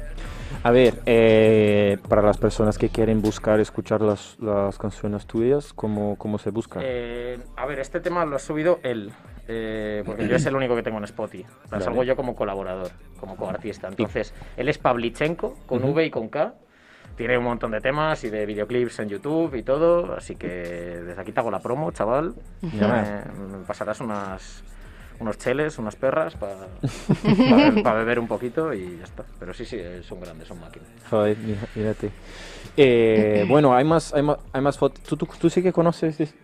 Speaker 1: A ver, eh, para las personas que quieren buscar, escuchar las, las canciones tuyas, ¿cómo, cómo se busca?
Speaker 3: Eh, a ver, este tema lo ha subido él. eh, porque yo es el único que tengo en Spotify. Lo
Speaker 1: Vale.
Speaker 3: salgo yo como colaborador, como coartista. Entonces, él es Pavlichenko, con V y con K. Tiene un montón de temas y de videoclips en YouTube y todo. Así que desde aquí te hago la promo, chaval.
Speaker 1: Ya ves.
Speaker 3: Eh, me pasarás unas, unos cheles, unas
Speaker 1: (laughs)
Speaker 3: perras para para beber un poquito y ya está. Pero sí, sí, eh, son grandes, son máquinas.
Speaker 1: Joder, mira- mírate.
Speaker 4: (laughs)
Speaker 1: Eh, bueno, hay más, hay más, hay más fotos. ¿Tú, tú, tú sí que conoces este...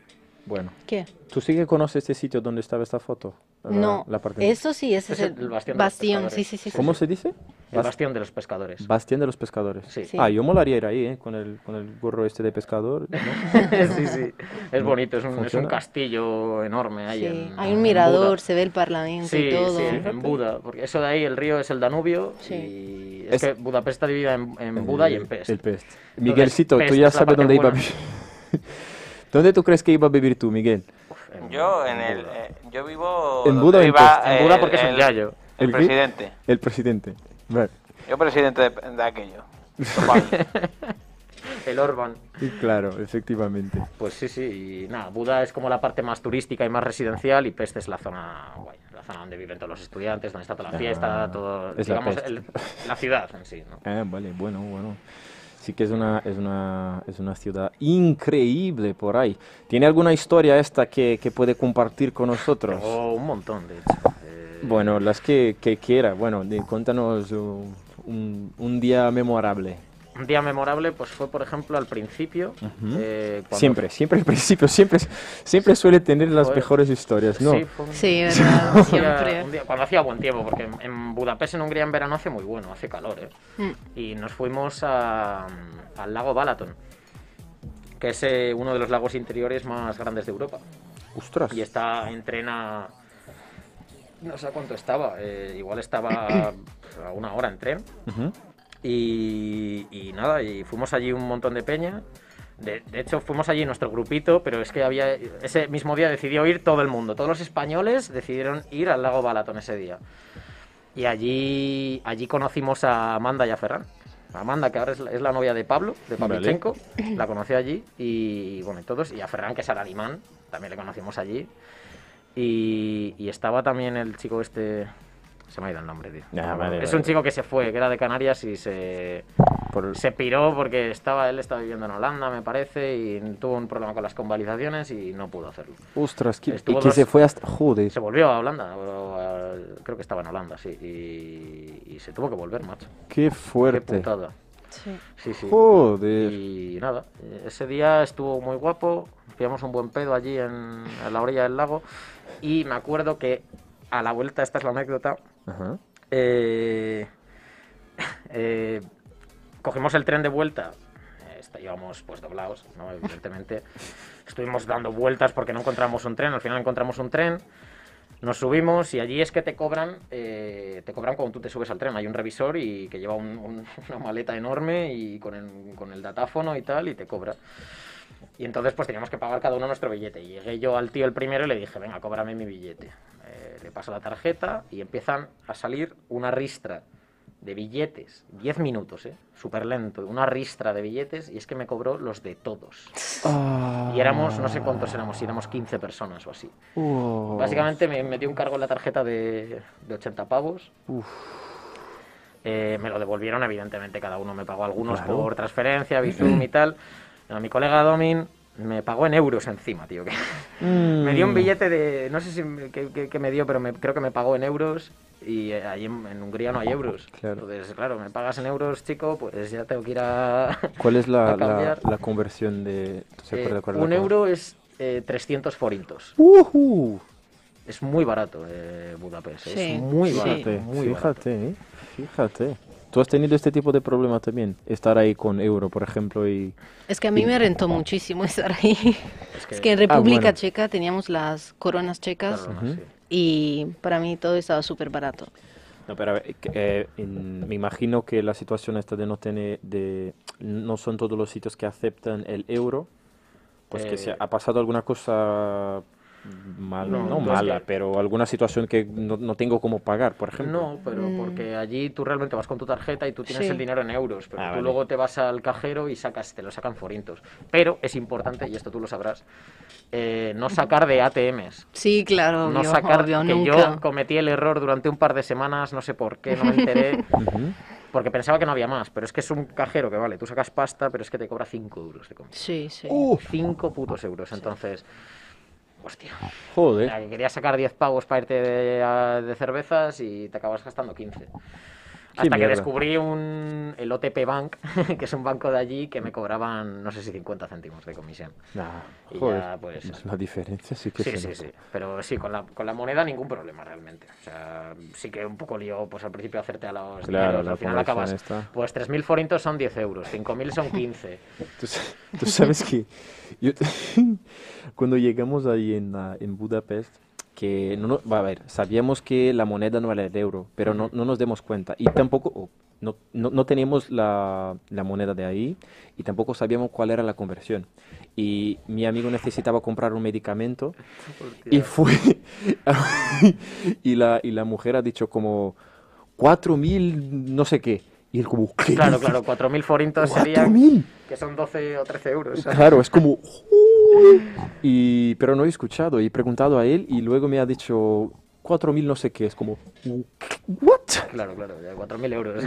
Speaker 1: Bueno,
Speaker 4: ¿Qué?
Speaker 1: ¿tú sí que conoces este sitio donde estaba esta foto? La-
Speaker 4: No,
Speaker 1: Ah, la parte-
Speaker 4: eso sí, ese es el,
Speaker 3: bastión
Speaker 4: bastión.
Speaker 3: de los pescadores.
Speaker 4: sí, sí, sí. sí.
Speaker 1: ¿Cómo se dice?
Speaker 3: El
Speaker 1: Bas-
Speaker 3: bastión de los pescadores.
Speaker 1: Bastión de los pescadores.
Speaker 3: Sí.
Speaker 4: Sí.
Speaker 1: Ah, yo molaría ir ahí, ¿eh? Con el, con el gorro este de pescador.
Speaker 3: (laughs)
Speaker 1: ¿no?
Speaker 4: (laughs)
Speaker 3: sí, sí. Es bonito, es un, es un
Speaker 1: Funciona.
Speaker 3: castillo enorme ahí.
Speaker 4: Sí,
Speaker 3: en-
Speaker 4: Hay
Speaker 3: en
Speaker 4: un mirador,
Speaker 3: Buda.
Speaker 4: se ve el parlamento
Speaker 3: Sí,
Speaker 4: y todo.
Speaker 3: sí, en Buda. Porque eso de ahí, el río es el Danubio.
Speaker 4: Sí.
Speaker 3: Y
Speaker 1: Es-
Speaker 3: es, que Budapest está dividida en, en Buda y en Pest.
Speaker 1: El Pest. Miguelcito,
Speaker 3: Pest
Speaker 1: tú ya
Speaker 3: es la
Speaker 1: sabes
Speaker 3: parte
Speaker 1: dónde iba a
Speaker 3: buena.
Speaker 1: vivir. (laughs) ¿Dónde tú crees que iba a vivir tú, Miguel?
Speaker 3: En-
Speaker 2: Yo en el,
Speaker 3: Buda.
Speaker 2: eh, yo vivo
Speaker 1: En
Speaker 2: donde
Speaker 1: Buda o en
Speaker 2: iba
Speaker 1: Pest.
Speaker 3: En Buda porque
Speaker 2: el,
Speaker 3: es un yayo.
Speaker 2: el
Speaker 1: ¿El qué?
Speaker 2: presidente.
Speaker 1: El presidente. Vale.
Speaker 2: Yo presidente de, de aquello. Vale.
Speaker 3: El Orban.
Speaker 1: Y claro, efectivamente.
Speaker 3: Pues sí, sí. Y nada, Buda es como la parte más turística y más residencial. Y Pest es la zona guay, la zona donde viven todos los estudiantes, donde está toda la fiesta,
Speaker 1: Ah,
Speaker 3: todo.
Speaker 1: es la
Speaker 3: digamos,
Speaker 1: Pest.
Speaker 3: el- la ciudad en sí, ¿no?
Speaker 1: Ah, vale, bueno, bueno. Sí que es una, es una, es una ciudad increíble por ahí. ¿Tiene alguna historia esta que, que puede compartir con nosotros?
Speaker 3: Tengo un montón, de hecho. Eh,
Speaker 1: Bueno, las que, que quiera. Bueno, de- cuéntanos uh, un, un día memorable.
Speaker 3: Un día memorable pues fue, por ejemplo, al principio. eh, cuando-
Speaker 1: Siempre, siempre al principio, siempre, siempre suele tener las
Speaker 3: Joder.
Speaker 1: mejores historias, ¿no?
Speaker 3: Sí, fue un- (laughs)
Speaker 4: Sí,
Speaker 3: un
Speaker 4: verdad,
Speaker 3: día-
Speaker 4: siempre.
Speaker 3: un día- cuando hacía buen tiempo, porque en- en Budapest, en Hungría, en verano hace muy bueno, hace calor, ¿eh?
Speaker 4: Mm.
Speaker 3: Y nos fuimos a- al lago Balaton, que es eh, uno de los lagos interiores más grandes de Europa.
Speaker 1: Ostras.
Speaker 3: Y está en trena. No sé a cuánto estaba, eh, igual estaba a una hora en tren.
Speaker 1: Ujú.
Speaker 3: Y, y nada, y fuimos allí un montón de peña. De, de hecho, fuimos allí nuestro grupito, pero es que había. Ese mismo día decidió ir todo el mundo. Todos los españoles decidieron ir al lago Balaton ese día. Y allí, allí conocimos a Amanda y a Ferran. Amanda, que ahora es la, es la novia de Pablo, de
Speaker 1: Vale.
Speaker 3: Pavlichenko, la conocí allí. Y bueno, y todos. Y a Ferran, que es alemán, también le conocimos allí. Y, y estaba también el chico este. Se me ha ido el nombre, tío.
Speaker 1: Ah, vale,
Speaker 3: es
Speaker 1: vale.
Speaker 3: un chico que se fue, que era de Canarias y se,
Speaker 1: Por-
Speaker 3: se piró porque estaba él estaba viviendo en Holanda, me parece, y tuvo un problema con las convalidaciones y no pudo hacerlo.
Speaker 1: Ostras, que,
Speaker 3: Estuvo
Speaker 1: y que
Speaker 3: dos-
Speaker 1: se fue hasta... Joder.
Speaker 3: Se volvió a Holanda, o a- creo que estaba en Holanda, sí, y, y se tuvo que volver, macho.
Speaker 1: Qué
Speaker 3: Qué
Speaker 1: fuerte.
Speaker 3: putada.
Speaker 4: Sí.
Speaker 3: Sí, sí.
Speaker 1: Joder.
Speaker 3: Y nada, ese día estuvo muy guapo, pillamos un buen pedo allí en, a la orilla del lago y me acuerdo que a la vuelta, esta es la anécdota,
Speaker 1: Ajá.
Speaker 3: eh, (laughs) eh, cogimos el tren de vuelta. eh, esta- Íbamos pues doblados, ¿no? evidentemente. Estuvimos dando vueltas porque no encontramos un tren. Al final encontramos un tren. Nos subimos y allí es que te cobran, eh, te cobran cuando tú te subes al tren. Hay un revisor y que lleva un- un- una maleta enorme y con el, con el datáfono y tal y te cobra. Y entonces pues teníamos que pagar cada uno nuestro billete. Y llegué yo al tío el primero y le dije, venga, cóbrame mi billete. Eh, le paso la tarjeta y empiezan a salir una ristra de billetes. 10 minutos, ¿eh? Súper lento. Una ristra de billetes y es que me cobró los de todos. Y éramos, no sé cuántos éramos, si éramos 15 personas o así.
Speaker 1: Wow.
Speaker 3: Básicamente me metí un cargo en la tarjeta de, de 80 pavos.
Speaker 1: Uf.
Speaker 3: Eh, me lo devolvieron, evidentemente, cada uno me pagó algunos
Speaker 1: Claro.
Speaker 3: por transferencia, Bizum y tal. A mi colega Domin me pagó en euros encima, tío. que- (laughs) me
Speaker 1: Mm.
Speaker 3: dio un billete de. No sé si me- qué qué- qué me dio, pero me- creo que me pagó en euros. Y eh, ahí en, en Hungría no hay euros.
Speaker 1: Claro.
Speaker 3: Entonces, claro, me pagas en euros, chico, pues ya tengo que ir a.
Speaker 1: (laughs) ¿Cuál es
Speaker 3: a
Speaker 1: la, la,
Speaker 3: cambiar.
Speaker 1: la conversión de... ¿Se
Speaker 3: Eh,
Speaker 1: acuerda cuál es la conversión?
Speaker 3: un euro es eh, 300 forintos.
Speaker 1: ¡Ujú!
Speaker 3: Es muy barato eh, Budapest.
Speaker 4: Sí,
Speaker 3: es muy
Speaker 4: sí.
Speaker 3: barato.
Speaker 1: Fíjate,
Speaker 3: muy barato.
Speaker 1: fíjate, ¿eh? fíjate. ¿Tú has tenido este tipo de problema también? Estar ahí con euro, por ejemplo, y...
Speaker 4: Es que a mí me rentó muchísimo estar ahí.
Speaker 3: Es que-
Speaker 4: Es que en
Speaker 1: Ah,
Speaker 4: República
Speaker 1: bueno.
Speaker 4: Checa teníamos las coronas checas
Speaker 3: Claro, no, sí.
Speaker 4: y para mí todo estaba súper barato.
Speaker 1: No, pero a ver, que, eh, en- me imagino que la situación esta de no tener, de no son todos los sitios que aceptan el euro, pues que se
Speaker 3: Eh,
Speaker 1: ha pasado alguna cosa mal,
Speaker 3: no,
Speaker 1: no,
Speaker 3: pues
Speaker 1: mala,
Speaker 3: que-
Speaker 1: pero alguna situación que no, no tengo cómo pagar, por ejemplo.
Speaker 3: No, pero porque allí tú realmente vas con tu tarjeta y tú tienes
Speaker 4: Mm. Sí.
Speaker 3: el dinero en euros, pero
Speaker 1: Ah,
Speaker 3: tú
Speaker 1: vale.
Speaker 3: luego te vas al cajero y sacas, te lo sacan forintos. Pero es importante, y esto tú lo sabrás, eh, no sacar de ATMs.
Speaker 4: Sí, claro,
Speaker 3: no
Speaker 4: obvio,
Speaker 3: sacar
Speaker 4: obvio,
Speaker 3: que
Speaker 4: nunca.
Speaker 3: yo cometí el error durante un par de semanas, no sé por qué, no me
Speaker 4: (laughs)
Speaker 3: enteré,
Speaker 1: Ujú.
Speaker 3: porque pensaba que no había más, pero es que es un cajero que vale, tú sacas pasta, pero es que te cobra 5 euros de comisión.
Speaker 4: Sí, sí.
Speaker 3: Uh, 5 putos euros, entonces, hostia.
Speaker 1: Joder.
Speaker 3: La que querías sacar 10 pavos para irte de, a- de cervezas y te acabas gastando 15. Hasta que
Speaker 1: mierda.
Speaker 3: descubrí un, el OTP Bank, (laughs) que es un banco de allí, que me cobraban, no sé si 50 céntimos de comisión.
Speaker 1: Nah,
Speaker 3: Y
Speaker 1: joder.
Speaker 3: ya, pues-
Speaker 1: La diferencia sí que
Speaker 3: Sí,
Speaker 1: se
Speaker 3: sí,
Speaker 1: nota.
Speaker 3: sí. Pero sí, con la, con la moneda ningún problema realmente. O sea, sí que un poco lío, pues al principio hacerte a los
Speaker 1: Claro,
Speaker 3: dineros,
Speaker 1: la
Speaker 3: al final acabas.
Speaker 1: conversión esta.
Speaker 3: Pues 3.000 forintos son 10 euros, 5.000 son
Speaker 1: (laughs)
Speaker 3: 15.
Speaker 1: Tú, sa- tú sabes que yo- (laughs) cuando llegamos ahí en, ah, en Budapest, que no, nos- va a ver, sabíamos que la moneda no era el euro, pero no, no nos demos cuenta. Y tampoco, oh, no, no, no teníamos la, la moneda de ahí y tampoco sabíamos cuál era la conversión. Y mi amigo necesitaba comprar un medicamento y fue. (laughs) y, la, y la mujer ha dicho como 4.000 no sé qué. Y él como, ¿qué
Speaker 3: Claro,
Speaker 1: dices?
Speaker 3: claro, 4.000 forintos serían...
Speaker 1: 4.000.
Speaker 3: Que son 12 o 13 euros. ¿sabes?
Speaker 1: (laughs) Claro, es como... "Uy". Y, pero no he escuchado, he preguntado a él y luego me ha dicho 4.000 no sé qué, es como... ¿What?
Speaker 3: Claro, claro, ya 4.000 euros.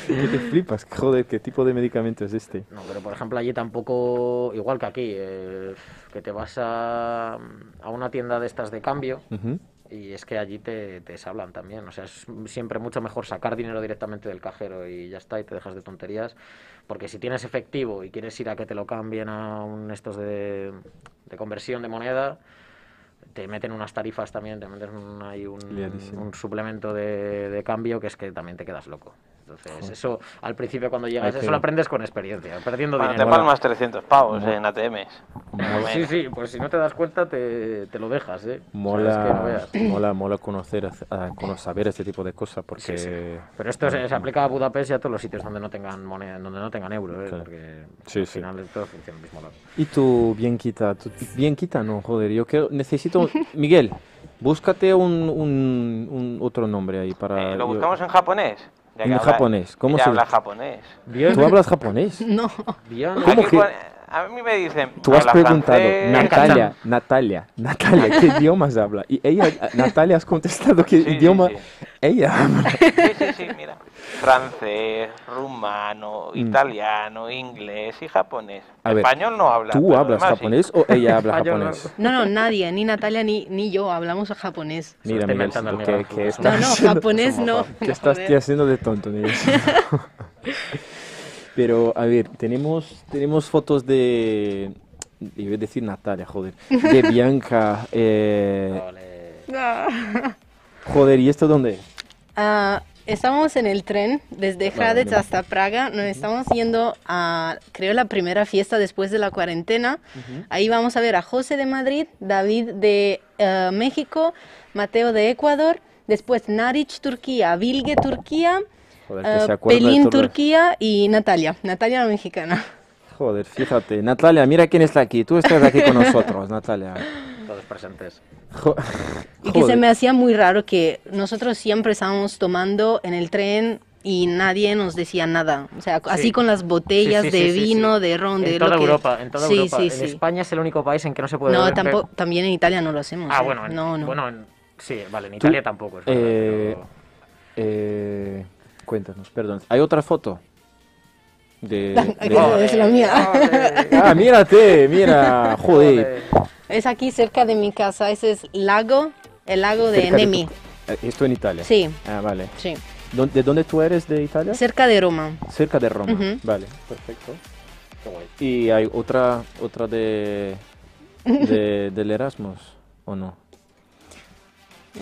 Speaker 3: (laughs)
Speaker 1: Que te flipas, joder, ¿qué tipo de medicamento es este?
Speaker 3: No, pero por ejemplo allí tampoco, igual que aquí, eh, que te vas a, a una tienda de estas de cambio
Speaker 1: Ujú.
Speaker 3: y es que allí te, te hablan también. O sea, es siempre mucho mejor sacar dinero directamente del cajero y ya está, y te dejas de tonterías. Porque si tienes efectivo y quieres ir a que te lo cambien a un estos de, de conversión de moneda, te meten unas tarifas también, te meten un, ahí un,
Speaker 1: Liadísimo.
Speaker 3: un suplemento de, de cambio que es que también te quedas loco. Entonces, eso al principio cuando llegas,
Speaker 1: Hay que-
Speaker 3: eso lo aprendes con experiencia, perdiendo
Speaker 2: Bueno, te
Speaker 3: dinero.
Speaker 2: palmas 300 pavos eh, en ATMs.
Speaker 1: Mola,
Speaker 3: Sí, sí, pues si no te das cuenta te, te lo dejas, ¿eh? O sea, es que no
Speaker 1: mola,
Speaker 3: veas.
Speaker 1: mola, mola conocer, hace- ah, cono- saber este tipo de cosas porque...
Speaker 3: Sí, sí. Pero esto se, se aplica a Budapest y a todos los sitios donde no tengan moneda, donde no tengan euro, ¿eh?
Speaker 1: Claro.
Speaker 3: porque
Speaker 1: Sí,
Speaker 3: al
Speaker 1: sí.
Speaker 3: final todo funciona al mismo lado.
Speaker 1: Y tú, bien quita, tú- bien quita, no, joder, yo quiero, necesito... Miguel, búscate un, un- un otro nombre ahí para...
Speaker 2: Eh, ¿Lo
Speaker 1: yo-
Speaker 2: buscamos en japonés? Ya que
Speaker 1: En japonés, ¿cómo
Speaker 2: ya
Speaker 1: se-
Speaker 2: habla japonés?
Speaker 1: ¿Tú hablas japonés?
Speaker 4: No,
Speaker 3: Bion-
Speaker 1: ¿Cómo
Speaker 2: Aquí
Speaker 1: que-
Speaker 2: pone- A mí me dicen.
Speaker 1: Tú has
Speaker 2: habla
Speaker 1: preguntado,
Speaker 2: francés,
Speaker 1: Natalia, Natalia, Natalia,
Speaker 2: (laughs)
Speaker 1: ¿qué idiomas habla? Y ella, Natalia, has contestado qué
Speaker 2: Sí, sí,
Speaker 1: idioma
Speaker 2: sí.
Speaker 1: ella habla.
Speaker 2: (laughs) Sí, sí, sí, mira. Francés, rumano, italiano, inglés y japonés.
Speaker 1: Mm. A ver,
Speaker 2: Español no habla.
Speaker 1: ¿Tú
Speaker 2: pero
Speaker 1: hablas
Speaker 2: demás sí.
Speaker 1: japonés o ella habla
Speaker 3: Ah, yo no.
Speaker 1: japonés?
Speaker 4: no, no, nadie, ni Natalia ni, ni yo hablamos a japonés.
Speaker 1: Mira,
Speaker 3: Estoy
Speaker 1: Miguel,
Speaker 3: inventando el
Speaker 1: ¿qué,
Speaker 3: Miguel.
Speaker 1: qué estás
Speaker 4: No, no,
Speaker 1: haciendo?
Speaker 4: japonés no.
Speaker 1: ¿Qué estás
Speaker 4: Joder.
Speaker 1: te haciendo de tonto,
Speaker 4: (laughs)
Speaker 1: Miguel? Pero, a ver, tenemos, tenemos fotos
Speaker 4: (laughs)
Speaker 1: de... Iba a decir Natalia, joder. De Bianca, eh,
Speaker 3: Vale.
Speaker 1: Joder, ¿y esto dónde?
Speaker 4: Ah, estamos en el tren desde Hradec
Speaker 1: vale.
Speaker 4: hasta Praga. Nos estamos yendo a, creo, la primera fiesta después de la cuarentena. Ahí vamos a ver a José de Madrid, David de eh, México, Mateo de Ecuador, después Naric, Turquía, Vilge, Turquía,
Speaker 1: Joder,
Speaker 4: eh,
Speaker 1: que se acuerda de
Speaker 4: Pelín,
Speaker 1: todo.
Speaker 4: Turquía y Natalia, Natalia la mexicana.
Speaker 1: Joder, fíjate. Natalia, mira quién está aquí. Tú estás aquí
Speaker 4: (laughs)
Speaker 1: con nosotros, Natalia.
Speaker 3: Todos presentes.
Speaker 1: Jo-
Speaker 4: Y que se
Speaker 1: Joder.
Speaker 4: me hacía muy raro que nosotros siempre estábamos tomando en el tren y nadie nos decía nada. O sea, así con las botellas
Speaker 3: Sí, sí,
Speaker 4: de
Speaker 3: sí, sí, sí.
Speaker 4: vino, de ron, de
Speaker 3: En
Speaker 4: lo
Speaker 3: toda
Speaker 4: que-
Speaker 3: Europa, en toda
Speaker 4: Sí,
Speaker 3: Europa.
Speaker 4: sí,
Speaker 3: en
Speaker 4: sí.
Speaker 3: España es el único país en que no se puede
Speaker 4: No,
Speaker 3: beber.
Speaker 4: tampoco, también en Italia no lo hacemos.
Speaker 3: Ah,
Speaker 4: ¿eh?
Speaker 3: bueno, en,
Speaker 4: no, no.
Speaker 3: bueno, en- sí, vale, en Italia tampoco es verdad,
Speaker 1: eh,
Speaker 3: pero-
Speaker 1: Eh, cuéntanos, perdón. ¿Hay otra foto?
Speaker 4: (laughs)
Speaker 1: De,
Speaker 4: Aquí
Speaker 1: de-
Speaker 3: Oh,
Speaker 4: es la
Speaker 3: eh,
Speaker 4: mía.
Speaker 1: Ah, mírate, mira, joder.
Speaker 4: Es aquí cerca de mi casa. Ese es lago, el lago de
Speaker 1: Cerca de
Speaker 4: Nemi.
Speaker 1: Eh, Esto en Italia.
Speaker 4: Sí,
Speaker 1: Ah, vale.
Speaker 4: sí.
Speaker 1: ¿Dó- ¿De dónde tú eres de Italia?
Speaker 4: Cerca de Roma.
Speaker 1: Cerca de Roma.
Speaker 4: Ujú.
Speaker 1: Vale, perfecto.
Speaker 3: Qué guay.
Speaker 1: ¿Y hay otra otra de,
Speaker 4: (laughs)
Speaker 1: de- del Erasmus o no?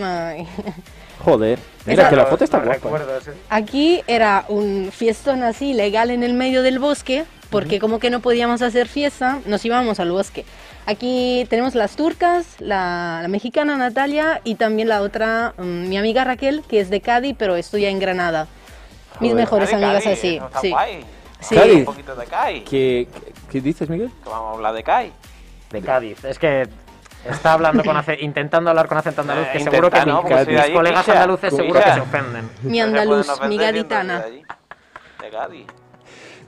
Speaker 4: Ay.
Speaker 1: Joder, mira que la foto está
Speaker 2: No
Speaker 1: guapa.
Speaker 2: recuerdo, sí.
Speaker 4: Aquí era un fiestón así legal en el medio del bosque, porque como que no podíamos hacer fiesta, nos íbamos al bosque. Aquí tenemos las turcas, la, la mexicana Natalia y también la otra, mm, mi amiga Raquel, que es de Cádiz, pero estudia en Granada. Mis
Speaker 1: Joder.
Speaker 4: mejores
Speaker 2: Cádiz,
Speaker 4: amigas
Speaker 2: Cádiz,
Speaker 4: así.
Speaker 2: no está
Speaker 4: sí.
Speaker 2: guay. Vamos
Speaker 4: Sí.
Speaker 2: a hablar
Speaker 1: Cádiz.
Speaker 2: Un poquito de Cádiz.
Speaker 1: ¿Qué, qué, qué dices, Miguel?
Speaker 2: Que vamos a hablar de Cádiz.
Speaker 3: De Cádiz. Es que está hablando con ace- intentando hablar con acento andaluz,
Speaker 2: Eh,
Speaker 3: que
Speaker 2: intenta,
Speaker 3: seguro que
Speaker 2: ¿no?
Speaker 3: mi-
Speaker 2: Porque soy de
Speaker 3: mis
Speaker 2: allí,
Speaker 3: colegas
Speaker 2: picha.
Speaker 3: andaluces seguro que
Speaker 2: Picha.
Speaker 3: se ofenden.
Speaker 4: Mi
Speaker 2: No se
Speaker 4: andaluz,
Speaker 2: pueden ofender
Speaker 4: mi
Speaker 2: viendo
Speaker 4: gaditana.
Speaker 2: desde allí. De Cádiz.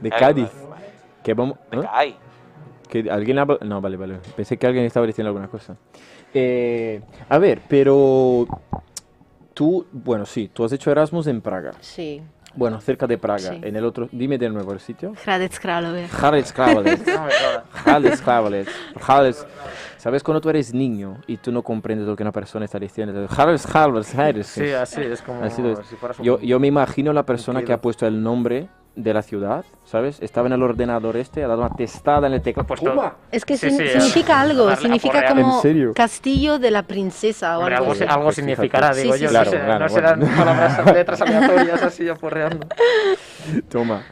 Speaker 1: De
Speaker 2: Ay,
Speaker 1: Cádiz.
Speaker 2: vale, vale.
Speaker 1: Que vamos,
Speaker 2: De
Speaker 1: ¿eh?
Speaker 2: Cádiz.
Speaker 1: (laughs) ¿Que alguien habla- No, vale, vale. Pensé que alguien estaba diciendo alguna cosa. Eh, a ver, pero tú, bueno, sí, tú has hecho Erasmus en Praga.
Speaker 4: Sí.
Speaker 1: Bueno, cerca de Praga.
Speaker 4: Sí.
Speaker 1: En el otro, dime de nuevo el sitio.
Speaker 4: Hradec Králové.
Speaker 1: Harris Kravales. (laughs)
Speaker 3: No me jodas.
Speaker 1: Jales, jales, jales. ¿Sabes cuando tú eres niño y tú no comprendes lo que una persona está diciendo? Jales, jales, jales.
Speaker 3: Sí, así es como
Speaker 1: Así es.
Speaker 3: si fueras un-
Speaker 1: Yo, yo me imagino la persona que
Speaker 3: Tranquilo.
Speaker 1: ha puesto el nombre de la ciudad, ¿sabes? Estaba en el ordenador este, ha dado una testada en el teclado.
Speaker 3: puesto-
Speaker 1: ¡Pumba!
Speaker 4: Es que
Speaker 3: Sí,
Speaker 4: sin-
Speaker 3: sí, a-
Speaker 4: significa
Speaker 3: a
Speaker 4: algo,
Speaker 3: darle
Speaker 4: significa
Speaker 3: aporrear.
Speaker 1: ¿En
Speaker 4: como
Speaker 1: serio?
Speaker 4: castillo de la princesa o
Speaker 3: Hombre, algo,
Speaker 4: algo
Speaker 3: se-
Speaker 4: así.
Speaker 3: algo
Speaker 1: Pues fíjate.
Speaker 3: significará,
Speaker 4: Sí,
Speaker 3: digo
Speaker 4: sí,
Speaker 3: yo.
Speaker 4: sí.
Speaker 3: no
Speaker 4: Claro,
Speaker 3: sé,
Speaker 1: claro,
Speaker 3: no serán
Speaker 1: bueno. (laughs)
Speaker 3: palabras, letras aleatorias así aporreando.
Speaker 1: Toma.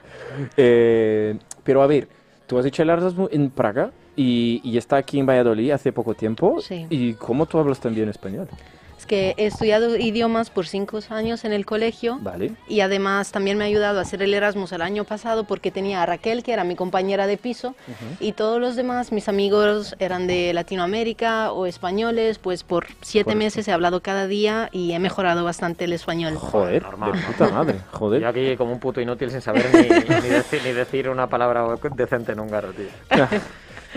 Speaker 1: Eh, pero a ver, tú has hecho el Erasmus en Praga y, y está aquí en Valladolid hace poco tiempo.
Speaker 4: Sí.
Speaker 1: ¿Y cómo tú hablas también español?
Speaker 4: Es que he estudiado idiomas por cinco años en el colegio.
Speaker 1: Vale.
Speaker 4: Y además también me ha ayudado a hacer el Erasmus el año pasado porque tenía a Raquel, que era mi compañera de piso, y todos los demás, mis amigos, eran de Latinoamérica o españoles, pues por siete
Speaker 1: Correcto.
Speaker 4: meses he hablado cada día y he mejorado bastante el español.
Speaker 1: Joder,
Speaker 3: Normal,
Speaker 1: de
Speaker 3: ¿no?
Speaker 1: puta madre. Joder.
Speaker 3: Yo aquí como un puto inútil sin saber ni, ni decir, ni decir una palabra decente en húngaro, tío.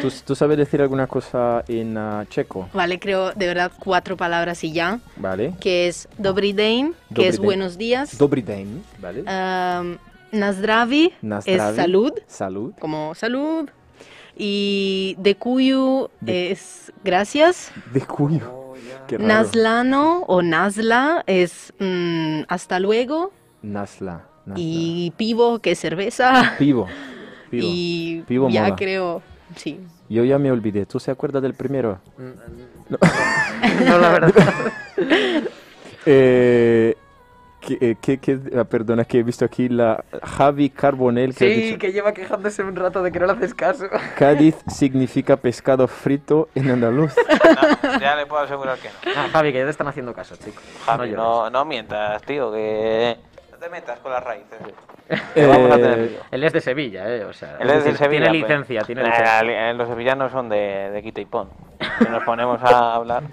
Speaker 1: ¿Tú, tú sabes decir alguna cosa en ah, checo?
Speaker 4: Vale, creo de verdad cuatro palabras y ya,
Speaker 1: Vale.
Speaker 4: que es Dobrý den, que
Speaker 1: Dobrý
Speaker 4: es
Speaker 1: den.
Speaker 4: buenos días,
Speaker 1: Dobrý den. Vale.
Speaker 4: um, Nazdraví es
Speaker 1: Nazdraví.
Speaker 4: salud,
Speaker 1: Salud.
Speaker 4: como salud, y Dekuyu
Speaker 1: De-
Speaker 4: es gracias.
Speaker 1: De cuyo. Qué raro.
Speaker 4: Naslano o Nasla es mm, hasta luego
Speaker 1: Nasla. Nasla.
Speaker 4: y pivo que es cerveza
Speaker 1: Pivo. Pivo.
Speaker 4: y
Speaker 1: Pivo
Speaker 4: ya
Speaker 1: mola.
Speaker 4: creo sí
Speaker 1: Yo ya me olvidé. ¿Tú se acuerdas del primero?
Speaker 3: No,
Speaker 1: (laughs)
Speaker 3: la verdad.
Speaker 1: Eh, que, eh, que- que- ah, perdona, que he visto aquí la Javi Carbonel que ha
Speaker 3: Sí,
Speaker 1: dicho,
Speaker 3: que lleva quejándose un rato de que no le haces caso.
Speaker 1: Cádiz significa pescado frito en
Speaker 4: (laughs)
Speaker 1: andaluz.
Speaker 2: No, ya le puedo asegurar que no.
Speaker 3: Ah, Javi, que ya te están haciendo caso, chico.
Speaker 2: Javi,
Speaker 3: llores.
Speaker 2: no, no mientas, tío, que no te metas con las raíces.
Speaker 1: Eh,
Speaker 2: vamos a tener lío.
Speaker 3: Él es de Sevilla, ¿eh? O sea,
Speaker 2: Él es de
Speaker 3: tiene-
Speaker 2: Sevilla,
Speaker 3: Tiene
Speaker 2: pues.
Speaker 3: licencia, tiene
Speaker 2: Nah,
Speaker 3: licencia.
Speaker 2: li- los sevillanos son de, de quita y pon. Si nos ponemos
Speaker 1: (laughs)
Speaker 2: a hablar,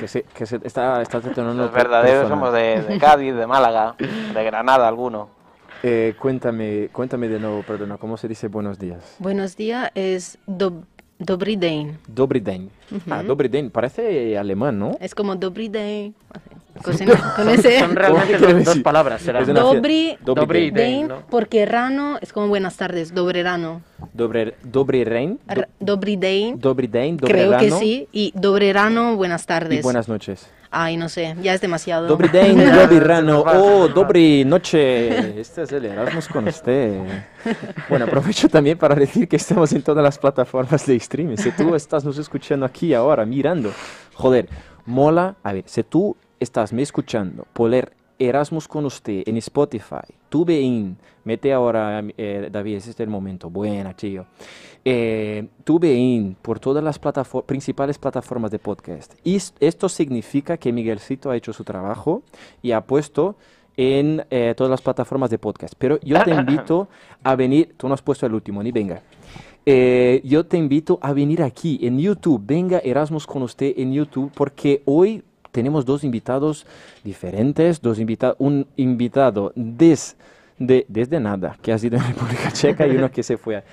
Speaker 1: que se, que se está, está detonando
Speaker 2: los
Speaker 1: per-
Speaker 2: verdaderos
Speaker 1: personal.
Speaker 2: somos de, de Cádiz, de Málaga, de Granada alguno.
Speaker 1: Eh, cuéntame, cuéntame de nuevo, perdona, ¿cómo se dice buenos días?
Speaker 4: buenos días es dob- Dobrý den
Speaker 1: Dobrý den. Ah, Dobrý den, parece alemán, ¿no?
Speaker 4: es como Dobrý den así,
Speaker 1: (laughs)
Speaker 4: con ese- con ese
Speaker 3: Son realmente
Speaker 1: quiere
Speaker 3: dos, dos
Speaker 1: decir?
Speaker 3: palabras, serán.
Speaker 1: Es una fie-
Speaker 4: Dobrý-
Speaker 1: Dobrý
Speaker 3: Dobrý
Speaker 1: den.
Speaker 4: den
Speaker 3: ¿no?
Speaker 4: porque rano es como buenas tardes dobre rano
Speaker 1: Dobré- Dobrý den.
Speaker 4: Ra- Dobrý den
Speaker 1: Dobrý den, dobré
Speaker 4: creo que
Speaker 1: ráno
Speaker 4: sí y dobre rano buenas
Speaker 1: Y
Speaker 4: tardes
Speaker 1: buenas noches.
Speaker 4: ay no sé ya es demasiado
Speaker 3: (laughs)
Speaker 1: Dobrý den,
Speaker 3: Ya,
Speaker 1: dobrý
Speaker 3: se nos
Speaker 1: rano.
Speaker 3: va, se
Speaker 1: Oh,
Speaker 3: nos va.
Speaker 1: dobrý noche. Este es el Erasmus con usted. Bueno, aprovecho también para decir que estamos en todas las plataformas de streaming. Si tú estás nos escuchando aquí ahora, mirando, joder, Mola, a ver, si tú estás me escuchando, poner Erasmus con usted en Spotify, TubeIn, mete ahora, eh, David, ese es el momento, buena, tío. Eh, TubeIn, por todas las plataform- principales plataformas de podcast. Y es- esto significa que Miguelcito ha hecho su trabajo y ha puesto en eh, todas las plataformas de podcast. Pero yo te invito a venir, tú no has puesto el último, ni venga. Eh, yo te invito a venir aquí en YouTube. Venga Erasmus con usted en YouTube porque hoy tenemos dos invitados diferentes, dos invita un invitado desde, desde nada, que ha sido en República Checa y uno que se fue a...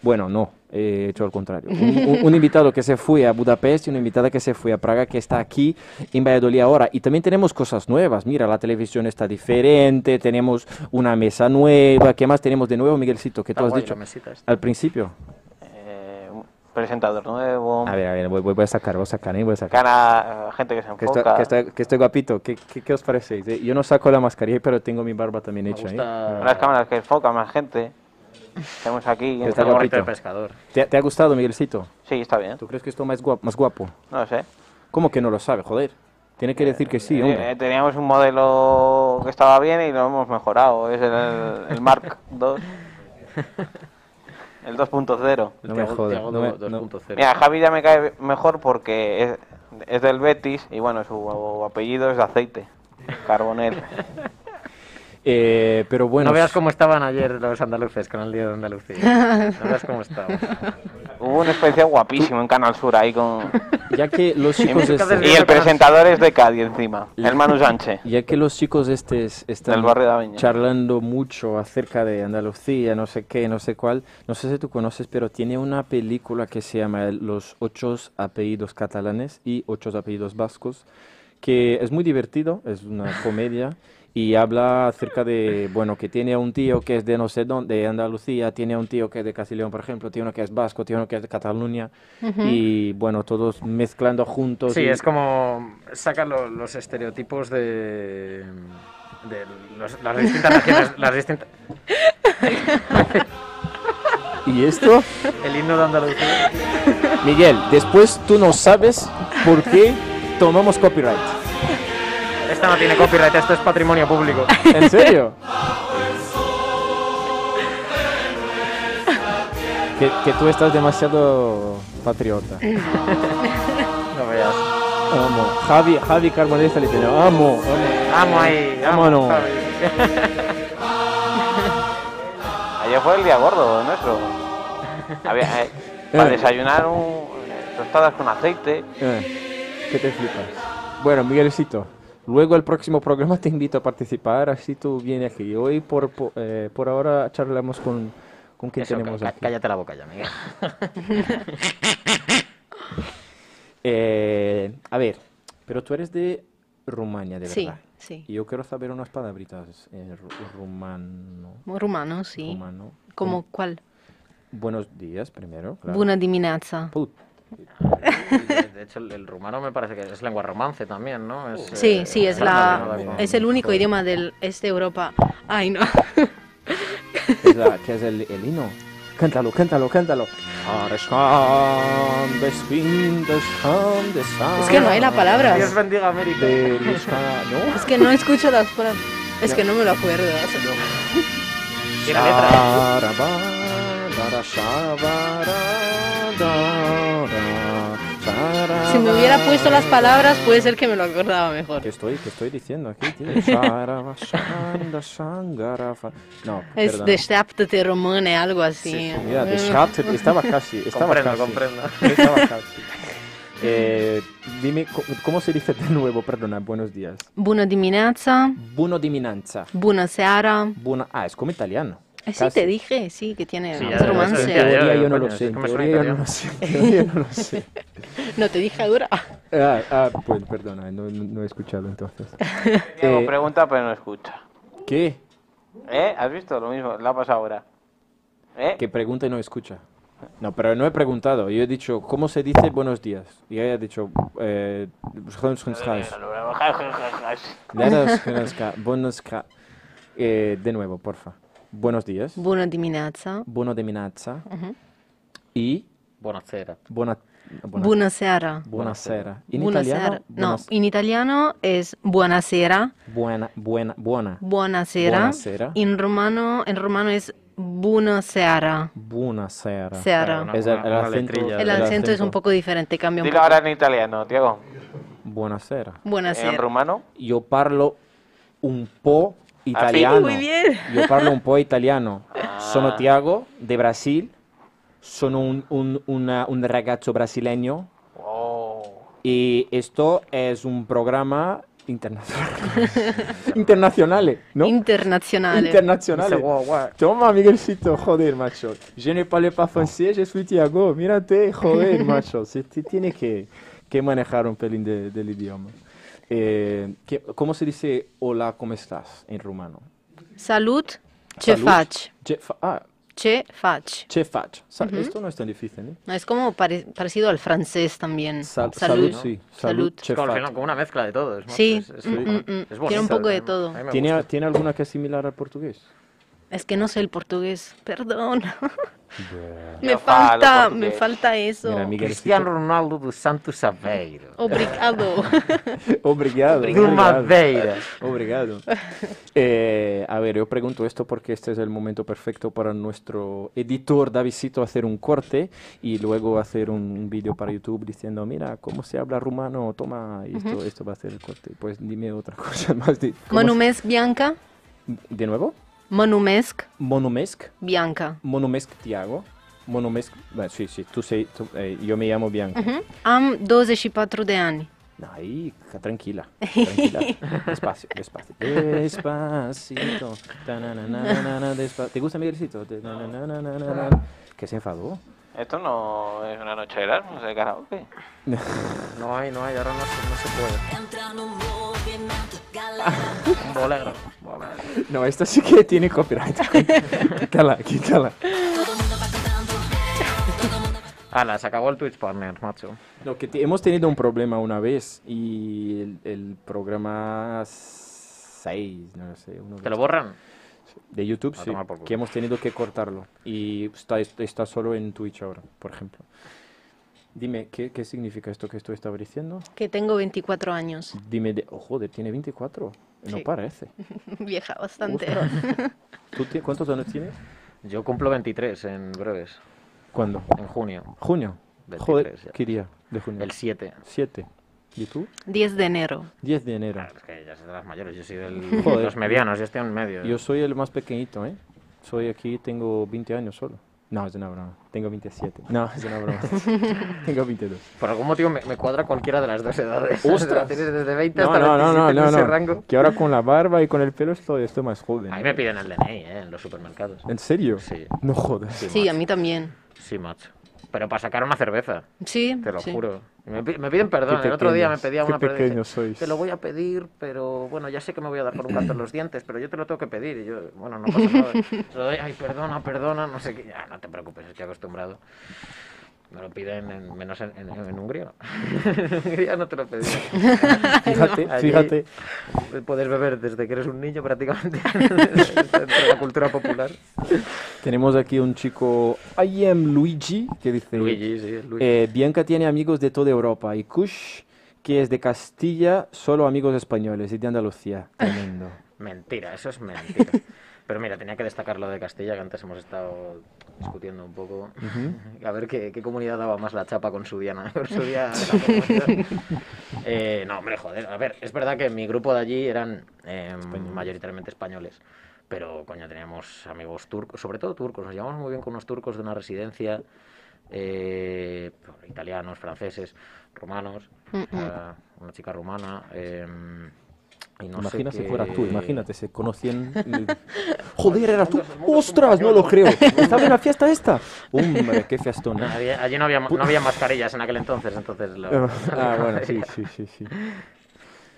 Speaker 1: Bueno, no, he hecho al contrario. Un, un- un invitado que se fue a Budapest y una invitada que se fue a Praga, que está aquí en Valladolid ahora. Y también tenemos cosas nuevas. Mira, la televisión está diferente, tenemos una mesa nueva. ¿Qué más tenemos de nuevo, Miguelcito? ¿Qué tú
Speaker 3: Está
Speaker 1: has
Speaker 3: guay
Speaker 1: dicho?
Speaker 3: la mesita esta.
Speaker 1: Al principio.
Speaker 2: Eh, un presentador nuevo,
Speaker 1: A ver, a ver, voy, voy- voy a sacar, voy a sacar, ¿eh? voy a sacar.
Speaker 2: cara, eh, gente que se
Speaker 1: Que estoy,
Speaker 2: enfoca.
Speaker 1: que estoy- que estoy guapito, ¿Qué, qué, qué os parecéis? eh? Yo no saco la mascarilla, pero tengo mi barba también
Speaker 3: Me
Speaker 1: hecha. ¿eh?
Speaker 3: gusta
Speaker 2: Unas cámaras que enfocan más gente. Tenemos aquí.
Speaker 1: Está
Speaker 3: el gorrito
Speaker 1: guapito.
Speaker 3: de pescador.
Speaker 1: ¿Te, te ha gustado, Miguelcito?
Speaker 2: Sí, está bien.
Speaker 1: ¿Tú crees que estoy más guapo? Más guapo?
Speaker 2: No lo sé.
Speaker 1: ¿Cómo que no lo sabe? Joder. Tiene que decir que sí,
Speaker 2: Eh,
Speaker 1: hombre.
Speaker 2: teníamos un modelo que estaba bien y lo hemos mejorado. Es el,
Speaker 1: (laughs)
Speaker 2: el Mark II. El 2.0.
Speaker 1: No me
Speaker 3: Tiago-
Speaker 1: jodas,
Speaker 3: Tiago
Speaker 1: no me-
Speaker 3: do-
Speaker 1: no.
Speaker 3: 2.0.
Speaker 2: Mira, Javi ya me cae mejor porque es, es del Betis y bueno, su apellido es de aceite. Carbonel.
Speaker 1: Eh, pero bueno.
Speaker 3: no veas cómo estaban ayer los andaluces con el día
Speaker 1: (laughs)
Speaker 3: de Andalucía. No veas cómo estaban.
Speaker 2: Hubo un especial guapísimo en Canal Sur ahí con...
Speaker 1: Ya que
Speaker 3: (laughs)
Speaker 1: los chicos. este-
Speaker 3: Entonces,
Speaker 1: estos-
Speaker 2: Y el presentador es de Cádiz encima, el Manu Sánchez.
Speaker 1: Ya que los chicos estés están
Speaker 2: Del barrio de Aviña.
Speaker 1: charlando mucho acerca de Andalucía, no sé qué, no sé cuál, no sé si tú conoces, pero tiene una película que se llama Los ocho apellidos catalanes y ocho apellidos vascos, que es muy divertido, es
Speaker 2: (laughs)
Speaker 1: una comedia y habla acerca de, bueno, que tiene un tío que es de no sé dónde, de Andalucía, tiene un tío que es de Castilla por ejemplo, tiene uno que es vasco, tiene uno que es de Cataluña y bueno, todos mezclando juntos.
Speaker 3: Sí,
Speaker 1: y-
Speaker 3: es como saca lo- los estereotipos de, de los- las distintas regiones. las distintas-
Speaker 1: ¿Y esto?
Speaker 3: el himno de Andalucía.
Speaker 1: Miguel, después tú no sabes por qué tomamos copyright.
Speaker 3: Esta no tiene copyright, esto es patrimonio público.
Speaker 1: ¿En serio? que, que tú estás demasiado patriota.
Speaker 3: No veas.
Speaker 1: Amo. Javi, Javi Carbonell está literal. Amo, amo.
Speaker 3: Vamos ahí,
Speaker 1: Vámonos.
Speaker 3: vamos. Javi.
Speaker 2: Ayer fue el día gordo nuestro. Había, eh, para desayunar un, tostadas con aceite.
Speaker 1: Eh, que te flipas. Bueno, Miguelcito, luego el próximo programa te invito a participar, así tú vienes aquí. Hoy por, po- eh, por ahora charlamos con, con quien
Speaker 3: Eso,
Speaker 1: tenemos
Speaker 3: ca-
Speaker 1: aquí.
Speaker 3: cállate la boca ya, Miguel.
Speaker 1: Eh, a ver, pero tú eres de Rumania, de
Speaker 4: Sí,
Speaker 1: verdad.
Speaker 4: sí.
Speaker 1: Y yo quiero saber unas palabritas en ru- rumano.
Speaker 4: Rumano, sí.
Speaker 1: rumano.
Speaker 4: ¿Como
Speaker 1: Como
Speaker 4: cuál?
Speaker 1: Buenos días, primero. claro.
Speaker 4: Buena diminaza.
Speaker 1: Put-
Speaker 3: De- De hecho, el, el rumano me parece que es lengua romance también, ¿no? Es,
Speaker 4: Sí,
Speaker 3: eh,
Speaker 4: sí, es,
Speaker 3: una
Speaker 4: la,
Speaker 3: lengua-
Speaker 4: es el único idioma del este Europa. Ay, no. (laughs)
Speaker 1: es la- que es el, el himno. Cántalo, cántalo, cántalo. Arsham, despin, desham, desham.
Speaker 4: Es que no hay la palabra.
Speaker 3: Dios bendiga América.
Speaker 1: De lishka, ¿no?
Speaker 4: Es que no escucho las palabras. Es que no me lo acuerdo.
Speaker 3: Y la
Speaker 1: Ah.
Speaker 3: letra. ¿eh?
Speaker 1: Sharaba, dara, shabara, dara, sharaba.
Speaker 4: Si me hubiera puesto las palabras, puede ser que me lo acordaba mejor.
Speaker 1: ¿Qué estoy, qué estoy diciendo aquí,
Speaker 3: (laughs)
Speaker 1: tío? Sharaba, shanda, shangarafa. No,
Speaker 4: Es
Speaker 1: perdona.
Speaker 4: Deșteaptă-te romane, algo así.
Speaker 1: Sí, mira, de Sharp, estaba casi, estaba
Speaker 3: Comprendo,
Speaker 1: casi.
Speaker 3: comprendo.
Speaker 1: Estaba casi. Eh, dime, co- ¿cómo se dice de nuevo? Perdona, buenos días.
Speaker 4: Bună dimineața,
Speaker 1: Buono di minanza.
Speaker 4: bună seara.
Speaker 1: Buona- ah, es como italiano.
Speaker 4: Eh, Sí,
Speaker 1: Casi.
Speaker 4: te dije, sí, que tiene
Speaker 3: Sí,
Speaker 4: más
Speaker 3: ya, ya,
Speaker 1: En
Speaker 3: sí,
Speaker 4: romance.
Speaker 3: ya,
Speaker 1: teoría
Speaker 3: ya,
Speaker 1: yo no
Speaker 3: coño,
Speaker 1: lo
Speaker 3: es
Speaker 1: sé, en
Speaker 3: que me suena
Speaker 1: teoría yo no
Speaker 3: italiano.
Speaker 1: lo sé, en teoría yo no lo sé.
Speaker 4: No, te dije ahora.
Speaker 1: Ah, ah, pues perdona, no, no- no he escuchado
Speaker 4: (laughs)
Speaker 1: entonces.
Speaker 2: Diego
Speaker 1: Eh,
Speaker 2: pregunta pero no escucha.
Speaker 1: ¿Qué?
Speaker 2: ¿Eh? ¿Has visto? Lo mismo, la ha pasado ahora. ¿Eh?
Speaker 1: Que pregunta y no escucha. No, pero no he preguntado. Yo he dicho, ¿cómo se dice buenos días? Y ella ha dicho, eh, buenos eh, De nuevo, porfa. Buenos días.
Speaker 4: Bună dimineața,
Speaker 1: Buona de minazza.
Speaker 4: Ujú.
Speaker 1: Y
Speaker 3: ¿eh? Buonasera.
Speaker 1: buena,
Speaker 4: Buonasera.
Speaker 1: Buonasera. In
Speaker 4: Buonasera.
Speaker 1: italiano,
Speaker 4: No,
Speaker 1: buonas-
Speaker 4: en italiano es buonasera.
Speaker 1: buena, buena, buona.
Speaker 4: Buonasera.
Speaker 1: Buonasera.
Speaker 4: En romano, en romano es buonasera.
Speaker 1: Buonasera.
Speaker 4: Sera.
Speaker 3: Una-
Speaker 1: Es el, el
Speaker 3: una
Speaker 1: acento,
Speaker 3: letrilla.
Speaker 4: El acento es un poco diferente, cambia un
Speaker 2: Dilo
Speaker 4: poco.
Speaker 2: ahora en italiano, Tiago.
Speaker 1: Buonasera.
Speaker 2: En
Speaker 4: Buonasera.
Speaker 2: rumano.
Speaker 1: Yo parlo un po italiano.
Speaker 4: Ah, muy bien.
Speaker 1: Yo parlo un po italiano. Sono
Speaker 2: Ah.
Speaker 1: Tiago, de Brasil. Sono un, un, una- un ragazzo brasileño.
Speaker 2: Oh.
Speaker 1: Y esto es un programa internacional. (laughs) Internacional, ¿no?
Speaker 4: Internacional.
Speaker 1: Internacional. Toma, Miguelcito, joder, macho. Je ne parle pas français, je suis Thiago. Mírate,
Speaker 4: (laughs)
Speaker 1: joder, macho. Se te tiene que, que manejar un pelín de- del idioma. Eh, ¿qué- ¿Cómo se dice hola, cómo estás en rumano?
Speaker 4: Salud, ce
Speaker 1: Salud.
Speaker 4: fac.
Speaker 1: Ce fa- ah,
Speaker 4: Ce fac.
Speaker 1: ce fac. Sa- Esto no es tan difícil, ¿eh?
Speaker 4: Es como pare- parecido al francés también.
Speaker 1: Sal-
Speaker 4: salud.
Speaker 1: sí.
Speaker 4: Salud.
Speaker 1: ce
Speaker 3: Como, al
Speaker 1: fac.
Speaker 3: final, como una mezcla de todo. es más,
Speaker 4: Sí,
Speaker 3: es- es
Speaker 4: mm,
Speaker 3: bonito.
Speaker 4: mm, mm.
Speaker 3: Es
Speaker 4: Tiene
Speaker 3: bonito,
Speaker 4: un poco de
Speaker 3: a mí-
Speaker 4: todo.
Speaker 3: a mí me
Speaker 1: ¿Tiene,
Speaker 3: gusta.
Speaker 1: ¿Tiene alguna que es similar al portugués?
Speaker 4: Es que no sé el portugués. Perdón. (laughs) me
Speaker 2: Yo falo
Speaker 4: falta, me
Speaker 2: portugués.
Speaker 4: falta eso.
Speaker 1: Mira, Miguelcito.
Speaker 3: Cristiano Ronaldo dos Santos Aveiro.
Speaker 4: Obrigado.
Speaker 1: Obrigado.
Speaker 3: Do Madeira.
Speaker 1: Obrigado. Eh, a ver, yo pregunto esto porque este es el momento perfecto para nuestro editor Davidcito hacer un corte y luego hacer un, un vídeo para YouTube diciendo, mira, cómo se habla rumano, toma, y esto, esto va a ser el corte. Pues dime otra (laughs) cosa más. De, cómo se-
Speaker 4: Monumesc Bianca.
Speaker 1: ¿De nuevo?
Speaker 4: Monumesc
Speaker 1: Monomesc,
Speaker 4: Bianca.
Speaker 1: Monomesc Tiago, Monomesc... Bueno, sí, sí, tú, sei- tú, eh, yo me llamo Bianca.
Speaker 4: Am 24 de ani.
Speaker 1: Ahí, ca- tranquila,
Speaker 3: (laughs)
Speaker 1: tranquila. Despacio, despacio. Despacito. Tananana, despa- ¿Te gusta Miguelcito? Tananana. Que se enfadó.
Speaker 2: Esto no es una noche de Erasmus, de karaoke.
Speaker 3: No hay, no hay, ahora no, se- no se puede.
Speaker 5: Entra no movimento, galera.
Speaker 3: Un bolero. bolero.
Speaker 1: No, esta sí que tiene (laughs) copyright. quítala, quítala.
Speaker 3: Ala, se acabó el Twitch Partner, macho.
Speaker 1: No, que te- hemos tenido un problema una vez y el, el programa 6, no lo sé, uno
Speaker 3: ¿Te
Speaker 1: de
Speaker 3: lo borran?
Speaker 1: De YouTube,
Speaker 3: A
Speaker 1: sí.
Speaker 3: tomar por culo.
Speaker 1: Que hemos tenido que cortarlo. Y está, está solo en Twitch ahora, por ejemplo. Dime, ¿qué, qué significa esto que estoy estableciendo?
Speaker 4: Que tengo 24 años.
Speaker 1: Dime, de, oh, joder, tiene 24. No
Speaker 4: Sí.
Speaker 1: parece.
Speaker 4: (laughs) Vieja bastante.
Speaker 1: Ostras. ¿Tú ti- ¿Cuántos años tienes?
Speaker 3: Yo cumplo 23 en breves,
Speaker 1: ¿Cuándo?
Speaker 3: en junio,
Speaker 1: Junio.
Speaker 3: 23
Speaker 1: Joder,
Speaker 3: ya.
Speaker 1: ¿qué día de junio?
Speaker 3: el 7.
Speaker 1: 7. ¿Y tú?
Speaker 4: 10 de enero.
Speaker 1: 10 de enero.
Speaker 3: Claro, es que ya soy de las mayores, yo soy del- (laughs)
Speaker 1: Joder.
Speaker 3: de los medianos, yo estoy en medio.
Speaker 1: Yo soy el más pequeñito, ¿eh? Soy aquí, tengo 20 años solo. No, es una broma. Tengo 27. No, es una
Speaker 3: (laughs)
Speaker 1: broma. tengo 22.
Speaker 3: Por algún motivo me, me cuadra cualquiera de las dos edades. (laughs)
Speaker 1: ¡Ostras!
Speaker 3: Tienes desde 20
Speaker 1: No,
Speaker 3: hasta
Speaker 1: no, no,
Speaker 3: 27
Speaker 1: no,
Speaker 3: en
Speaker 1: no,
Speaker 3: ese
Speaker 1: no.
Speaker 3: rango.
Speaker 1: Que ahora con la barba y con el pelo estoy, estoy más joven.
Speaker 3: A mí me piden el DNI, ¿eh? En los supermercados.
Speaker 1: ¿En serio?
Speaker 3: Sí.
Speaker 1: No jodas.
Speaker 4: Sí, a
Speaker 3: macho.
Speaker 4: mí también.
Speaker 3: Sí, macho. Pero para sacar una cerveza,
Speaker 4: Sí.
Speaker 3: te lo
Speaker 4: sí.
Speaker 3: juro. Me, pi- me piden perdón,
Speaker 1: Qué
Speaker 3: el otro día me
Speaker 1: pequeños,
Speaker 3: pedía
Speaker 1: qué
Speaker 3: una pero
Speaker 1: pequeños
Speaker 3: dice,
Speaker 1: sois.
Speaker 3: Te lo voy a pedir, pero bueno, ya sé que me voy a dar por un canto en los dientes, pero yo te lo tengo que pedir. Y yo, bueno, no pasa nada. Se lo doy, ay, perdona, perdona, no sé qué. Ya, no te preocupes, estoy acostumbrado. Me lo piden en- menos en, en- en Hungría. (laughs) en Hungría no te lo pedí.
Speaker 1: Fíjate,
Speaker 3: Allí-
Speaker 1: fíjate.
Speaker 3: Puedes beber desde que eres un niño prácticamente. Dentro de la cultura popular.
Speaker 1: Tenemos aquí un chico, I am Luigi, que dice...
Speaker 3: Luigi, sí, Luigi.
Speaker 1: Eh, Bianca tiene amigos de toda Europa y Kush, que es de Castilla, solo amigos españoles y de Andalucía. Tremendo.
Speaker 3: Mentira, eso es mentira. (laughs) Pero mira, tenía que destacar lo de Castilla, que antes hemos estado discutiendo un poco. (laughs) A ver qué, qué comunidad daba más la chapa con su Diana. (laughs) con su
Speaker 1: (laughs)
Speaker 3: día de la comunidad. Eh, no, hombre, joder. A ver, es verdad que mi grupo de allí eran eh, mayoritariamente españoles. Pero, coño, teníamos amigos turcos, sobre todo turcos. Nos llevamos muy bien con unos turcos de una residencia. eh, italianos, franceses, rumanos. eh, una chica rumana. em, (laughs) y no sé
Speaker 1: imagínate si
Speaker 3: qué-
Speaker 1: fueras tú, imagínate, se
Speaker 3: (laughs)
Speaker 1: conocían... Joder, eras tú.
Speaker 3: El mundo es un
Speaker 1: ¡Ostras! No lo
Speaker 3: pañuelo.
Speaker 1: creo. Estaba en la fiesta esta. Hombre, qué fiestón.
Speaker 3: No,
Speaker 1: ¿eh?
Speaker 3: había- allí no había, no había mascarillas en aquel entonces, entonces lo-
Speaker 1: (laughs) ah, bueno, sí, sí, sí, sí.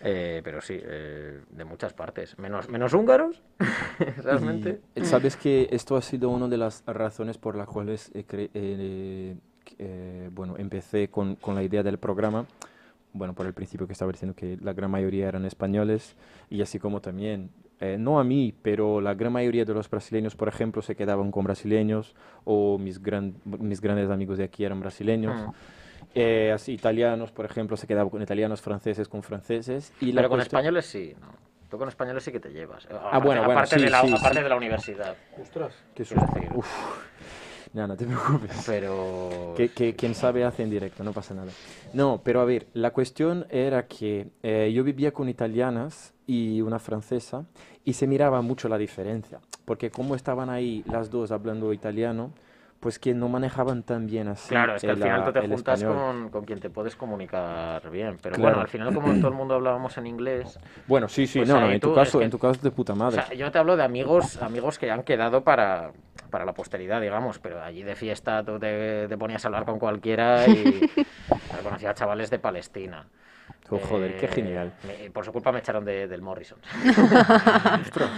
Speaker 3: Eh, pero sí, eh, de muchas partes. Menos, menos húngaros, (laughs) realmente.
Speaker 1: Y, eh, Sabes que esto ha sido una de las razones por las cuales eh, cre- eh, eh, bueno, empecé con, con la idea del programa. Bueno, por el principio que estaba diciendo que la gran mayoría eran españoles y así como también, eh, no a mí, pero la gran mayoría de los brasileños, por ejemplo, se quedaban con brasileños o mis, gran, mis grandes amigos de aquí eran brasileños.
Speaker 3: Mm.
Speaker 1: Eh, así, italianos, por ejemplo, se quedaba con italianos, franceses con franceses. Y la
Speaker 3: Pero con
Speaker 1: cuestión-
Speaker 3: españoles sí, ¿no? Tú con españoles sí que te llevas.
Speaker 1: Ah, bueno, bueno,
Speaker 3: aparte
Speaker 1: sí,
Speaker 3: de la,
Speaker 1: sí,
Speaker 3: aparte
Speaker 1: sí.
Speaker 3: de la universidad. Ostras.
Speaker 1: Qué susto. Uf. No, no te preocupes.
Speaker 3: Pero.
Speaker 1: Que, que quien sabe hace en directo, no pasa nada. No, pero a ver, la cuestión era que eh, yo vivía con italianas y una francesa y se miraba mucho la diferencia, porque como estaban ahí las dos hablando italiano, pues que no manejaban tan bien así
Speaker 3: Claro, es que al
Speaker 1: el,
Speaker 3: final
Speaker 1: ah,
Speaker 3: tú te
Speaker 1: el
Speaker 3: juntas
Speaker 1: español.
Speaker 3: con, con quien te puedes comunicar bien. Pero
Speaker 1: Claro.
Speaker 3: bueno, al final, como todo el mundo hablábamos en inglés.
Speaker 1: Bueno, sí, sí,
Speaker 3: Pues
Speaker 1: no, no,
Speaker 3: ahí
Speaker 1: en tu
Speaker 3: tú, es
Speaker 1: caso,
Speaker 3: que-
Speaker 1: en tu caso de puta
Speaker 3: O
Speaker 1: madre.
Speaker 3: sea, yo te hablo de amigos amigos que han quedado para, para la posteridad, digamos. Pero allí de fiesta tú te, te ponías a hablar con
Speaker 1: (laughs)
Speaker 3: cualquiera y conocías chavales de Palestina.
Speaker 1: Oh, joder,
Speaker 3: eh,
Speaker 1: qué genial.
Speaker 3: me- por su culpa me echaron de-
Speaker 1: (laughs)
Speaker 3: del Morrison.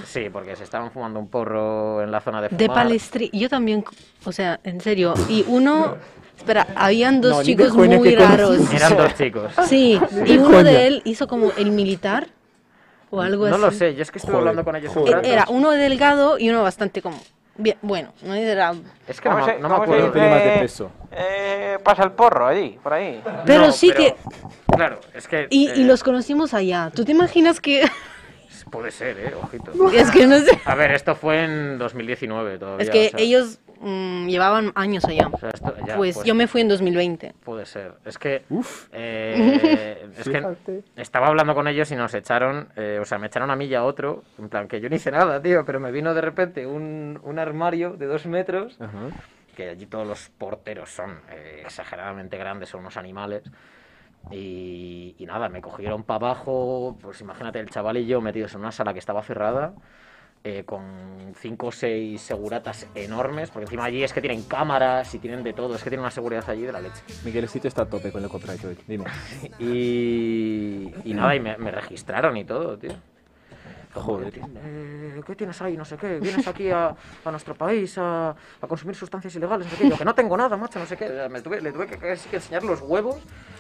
Speaker 3: sí, porque se estaban fumando un porro en la zona de fumar.
Speaker 4: De Palestri, yo también, o sea, en serio. Y uno, espera, habían dos
Speaker 1: No, ni de
Speaker 4: chicos
Speaker 1: coña
Speaker 4: muy
Speaker 1: que conocí.
Speaker 4: raros.
Speaker 3: Eran dos chicos. (laughs)
Speaker 4: Sí,
Speaker 1: Ni
Speaker 4: y
Speaker 1: de
Speaker 4: uno
Speaker 1: coña.
Speaker 4: de él hizo como el militar (laughs) o algo
Speaker 3: no
Speaker 4: así. E-,
Speaker 3: lo sé, yo es que estuve
Speaker 1: Joder,
Speaker 3: hablando con ellos
Speaker 1: joder.
Speaker 3: un rato.
Speaker 4: Era uno delgado y uno bastante como. Bien, bueno, no era.
Speaker 3: Es que no,
Speaker 2: ¿Cómo
Speaker 3: me-
Speaker 2: se-
Speaker 3: no me
Speaker 2: cómo se
Speaker 3: acuerdo.
Speaker 1: Un pelín más de
Speaker 2: dice,
Speaker 1: peso.
Speaker 2: eh, pasa el porro allí, por ahí.
Speaker 4: Pero
Speaker 3: No,
Speaker 4: sí que.
Speaker 3: Claro, es que.
Speaker 4: Y, y
Speaker 3: eh,
Speaker 4: los conocimos allá. ¿Tú te imaginas que.? (laughs)
Speaker 3: Puede ser, eh, ojito.
Speaker 4: es que no sé.
Speaker 3: (laughs) A ver, esto fue en 2019 todavía.
Speaker 4: Es que
Speaker 3: o sea,
Speaker 4: ellos mm, llevaban años allá.
Speaker 3: o sea, esto- ya,
Speaker 4: pues, yo me fui en 2020.
Speaker 3: Puede ser. Es que.
Speaker 1: Uf.
Speaker 3: eh, es
Speaker 1: Fíjate.
Speaker 3: que estaba hablando con ellos y nos echaron. eh, o sea, me echaron a mí y a otro. En plan, que yo no hice nada, tío. Pero me vino de repente un, un armario de dos metros.
Speaker 1: Ajá.
Speaker 3: que allí todos los porteros son eh, exageradamente grandes, son unos animales. Y, y nada, me cogieron para abajo, pues imagínate el chaval y yo metidos en una sala que estaba cerrada, eh, con cinco o seis seguratas enormes, porque encima allí es que tienen cámaras y tienen de todo, es que tienen una seguridad allí de la leche.
Speaker 1: Miguelcito está a tope con el copyright hoy,
Speaker 3: (laughs)
Speaker 1: dime.
Speaker 3: Y, y nada, y me, me registraron y todo, tío.
Speaker 1: Joder.
Speaker 3: Eh, ¿Qué tienes ahí? No sé qué. Vienes aquí a, a nuestro país a, a consumir sustancias ilegales. No sé qué. Yo, que no tengo nada, macho, no sé qué. O sea, Me tuve, le tuve que, casi que enseñar los huevos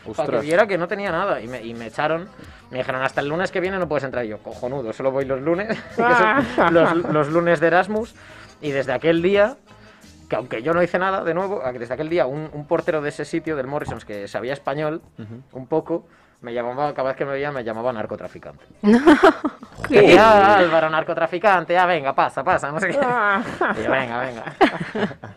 Speaker 3: para
Speaker 1: Ostras.
Speaker 3: que viera que no tenía nada. Y me, y me echaron. Me dijeron, hasta el lunes que viene no puedes entrar. Y yo, cojonudo, solo voy los lunes. (laughs) que son los, los lunes de Erasmus. Y desde aquel día que aunque yo no hice nada, de nuevo, a- desde aquel día un, un portero de ese sitio, del Morrisons, que sabía español un poco, me llamaba, cada vez que me veía me llamaba narcotraficante. Que, "Ah, Álvaro, narcotraficante, ya venga, pasa, pasa, no sé qué. Y yo, venga, venga.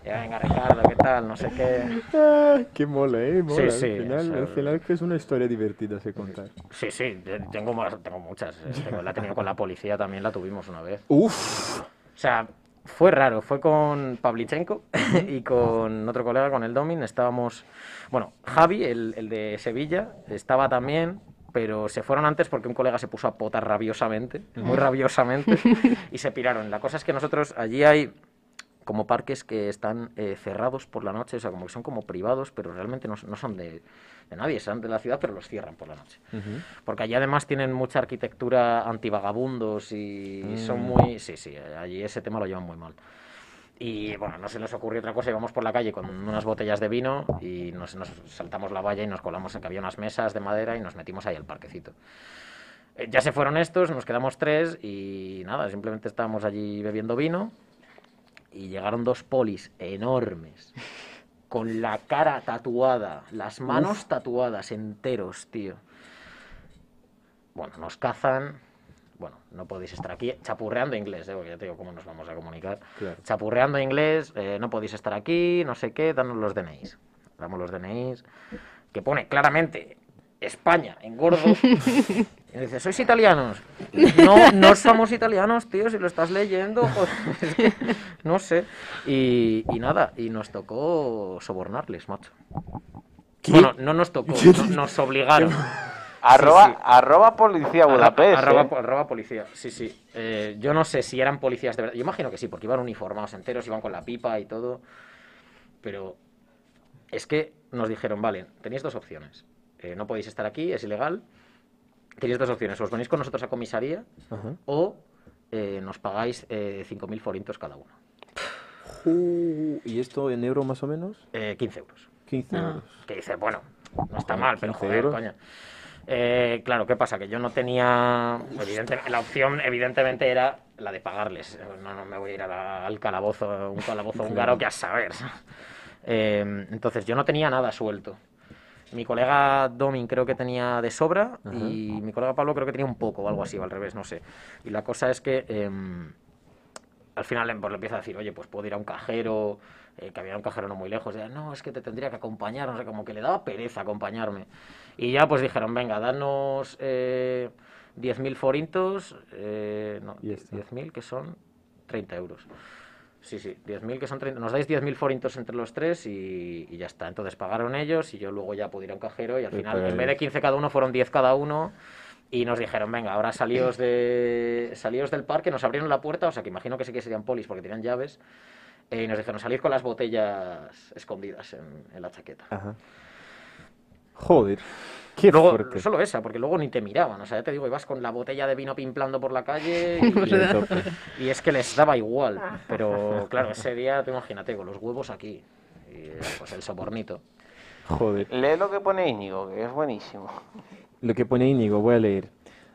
Speaker 3: Ya venga, Ricardo, ¿qué tal? No sé qué.
Speaker 1: qué mola, eh,
Speaker 3: mola. Al sí, o final- sea- pues al final
Speaker 1: es una historia divertida se contar.
Speaker 3: Sí, sí, eh, tengo, más- tengo muchas. eh, tengo- la he tenido con la policía también, la tuvimos una vez.
Speaker 1: Uf.
Speaker 3: O sea, fue raro. Fue con Pavlichenko (laughs) y con otro colega, con el Domin. Estábamos. Bueno, Javi, el, el de Sevilla, estaba también. Pero se fueron antes porque un colega se puso a potar rabiosamente, muy rabiosamente, y se piraron. La cosa es que nosotros allí hay como parques que están eh, cerrados por la noche, o sea, como que son como privados, pero realmente no, no son de, de nadie, son de la ciudad, pero los cierran por la noche. Porque allí además tienen mucha arquitectura antivagabundos y son muy... Sí, sí, allí ese tema lo llevan muy mal. Y bueno, no se nos ocurrió otra cosa, íbamos por la calle con unas botellas de vino y nos, nos saltamos la valla y nos colamos en que había unas mesas de madera y nos metimos ahí al parquecito. Eh, Ya se fueron estos, nos quedamos tres y nada, simplemente estábamos allí bebiendo vino y llegaron dos polis enormes, con la cara tatuada, las manos tatuadas enteros, tío. Bueno, nos cazan. Bueno, no podéis estar aquí chapurreando inglés, ¿eh? porque ya te digo cómo nos vamos a comunicar.
Speaker 1: Claro.
Speaker 3: Chapurreando inglés, eh, no podéis estar aquí, no sé qué, danos los DNIs. Damos los DNIs, que pone claramente España en gordo. Y dice, ¿sois italianos? No, no somos italianos, tío, si lo estás leyendo, joder. No sé. Y, y nada, y nos tocó sobornarles, macho. Bueno, no nos tocó, no- nos obligaron.
Speaker 2: Arroba,
Speaker 3: sí.
Speaker 2: arroba policía Budapest.
Speaker 3: Arroba,
Speaker 2: eh.
Speaker 3: arroba policía, sí, sí. Eh, yo no sé si eran policías de verdad. Yo imagino que sí, porque iban uniformados enteros, iban con la pipa y todo. Pero es que nos dijeron, vale, tenéis dos opciones. Eh, no podéis estar aquí, es ilegal. Tenéis dos opciones, os venís con nosotros a comisaría
Speaker 1: Ajá.
Speaker 3: o eh, nos pagáis eh, 5.000 forintos cada uno.
Speaker 1: Ju- ¿Y esto en euro más o menos?
Speaker 3: Eh, 15 euros.
Speaker 1: 15
Speaker 4: Ah.
Speaker 1: euros.
Speaker 3: que dices, bueno, no está
Speaker 1: Joder,
Speaker 3: mal, pero
Speaker 1: 15
Speaker 3: joder,
Speaker 1: euros.
Speaker 3: coño. Eh, claro, ¿qué pasa? Que yo no tenía. evidente- la opción, evidentemente, era la de pagarles. No, no me voy a ir a la- al calabozo,
Speaker 1: (laughs)
Speaker 3: Em, un calabozo húngaro que a saber. Eh, entonces, yo no tenía nada suelto. Mi colega Domin creo que tenía de sobra y mi colega Pablo creo que tenía un poco o algo así, o al revés, no sé. Y la cosa es que em, al final em, pues, le empieza a decir, oye, pues puedo ir a un cajero, eh, que había un cajero no muy lejos. de, no, es que te tendría que acompañar, no sé, como que le daba pereza acompañarme. Y ya pues dijeron, venga, danos eh, 10.000 forintos, eh, no,
Speaker 1: Y esto.
Speaker 3: 10.000 que son 30 euros. Sí, sí, 10.000 que son 30. Nos dais 10.000 forintos entre los tres y, y ya está. Entonces pagaron ellos y yo luego ya pude ir a un cajero y al
Speaker 1: Y
Speaker 3: final,
Speaker 1: pagáis.
Speaker 3: en vez de 15 cada uno, fueron 10 cada uno. Y nos dijeron, venga, ahora salíos, de, salíos del parque, nos abrieron la puerta, o sea que imagino que sí que serían polis porque tenían llaves. eh, y nos dijeron, salid con las botellas escondidas en, en la chaqueta.
Speaker 1: Ajá. Joder. Ah, Qué
Speaker 3: Luego,
Speaker 1: fuerte.
Speaker 3: solo esa, porque luego ni te miraban. O sea, ya te digo, ibas con la botella de vino pimplando por
Speaker 1: (laughs)
Speaker 3: la calle
Speaker 1: Y el
Speaker 3: y,
Speaker 1: tope.
Speaker 3: y es que les daba igual.
Speaker 4: Ah.
Speaker 3: Pero claro, ese día, tú imagínate, con los huevos aquí. Y eh, pues el
Speaker 4: (laughs)
Speaker 3: sobornito.
Speaker 1: Joder.
Speaker 2: Lee lo que pone Íñigo, que es buenísimo.
Speaker 1: Lo que pone Íñigo, voy a leer.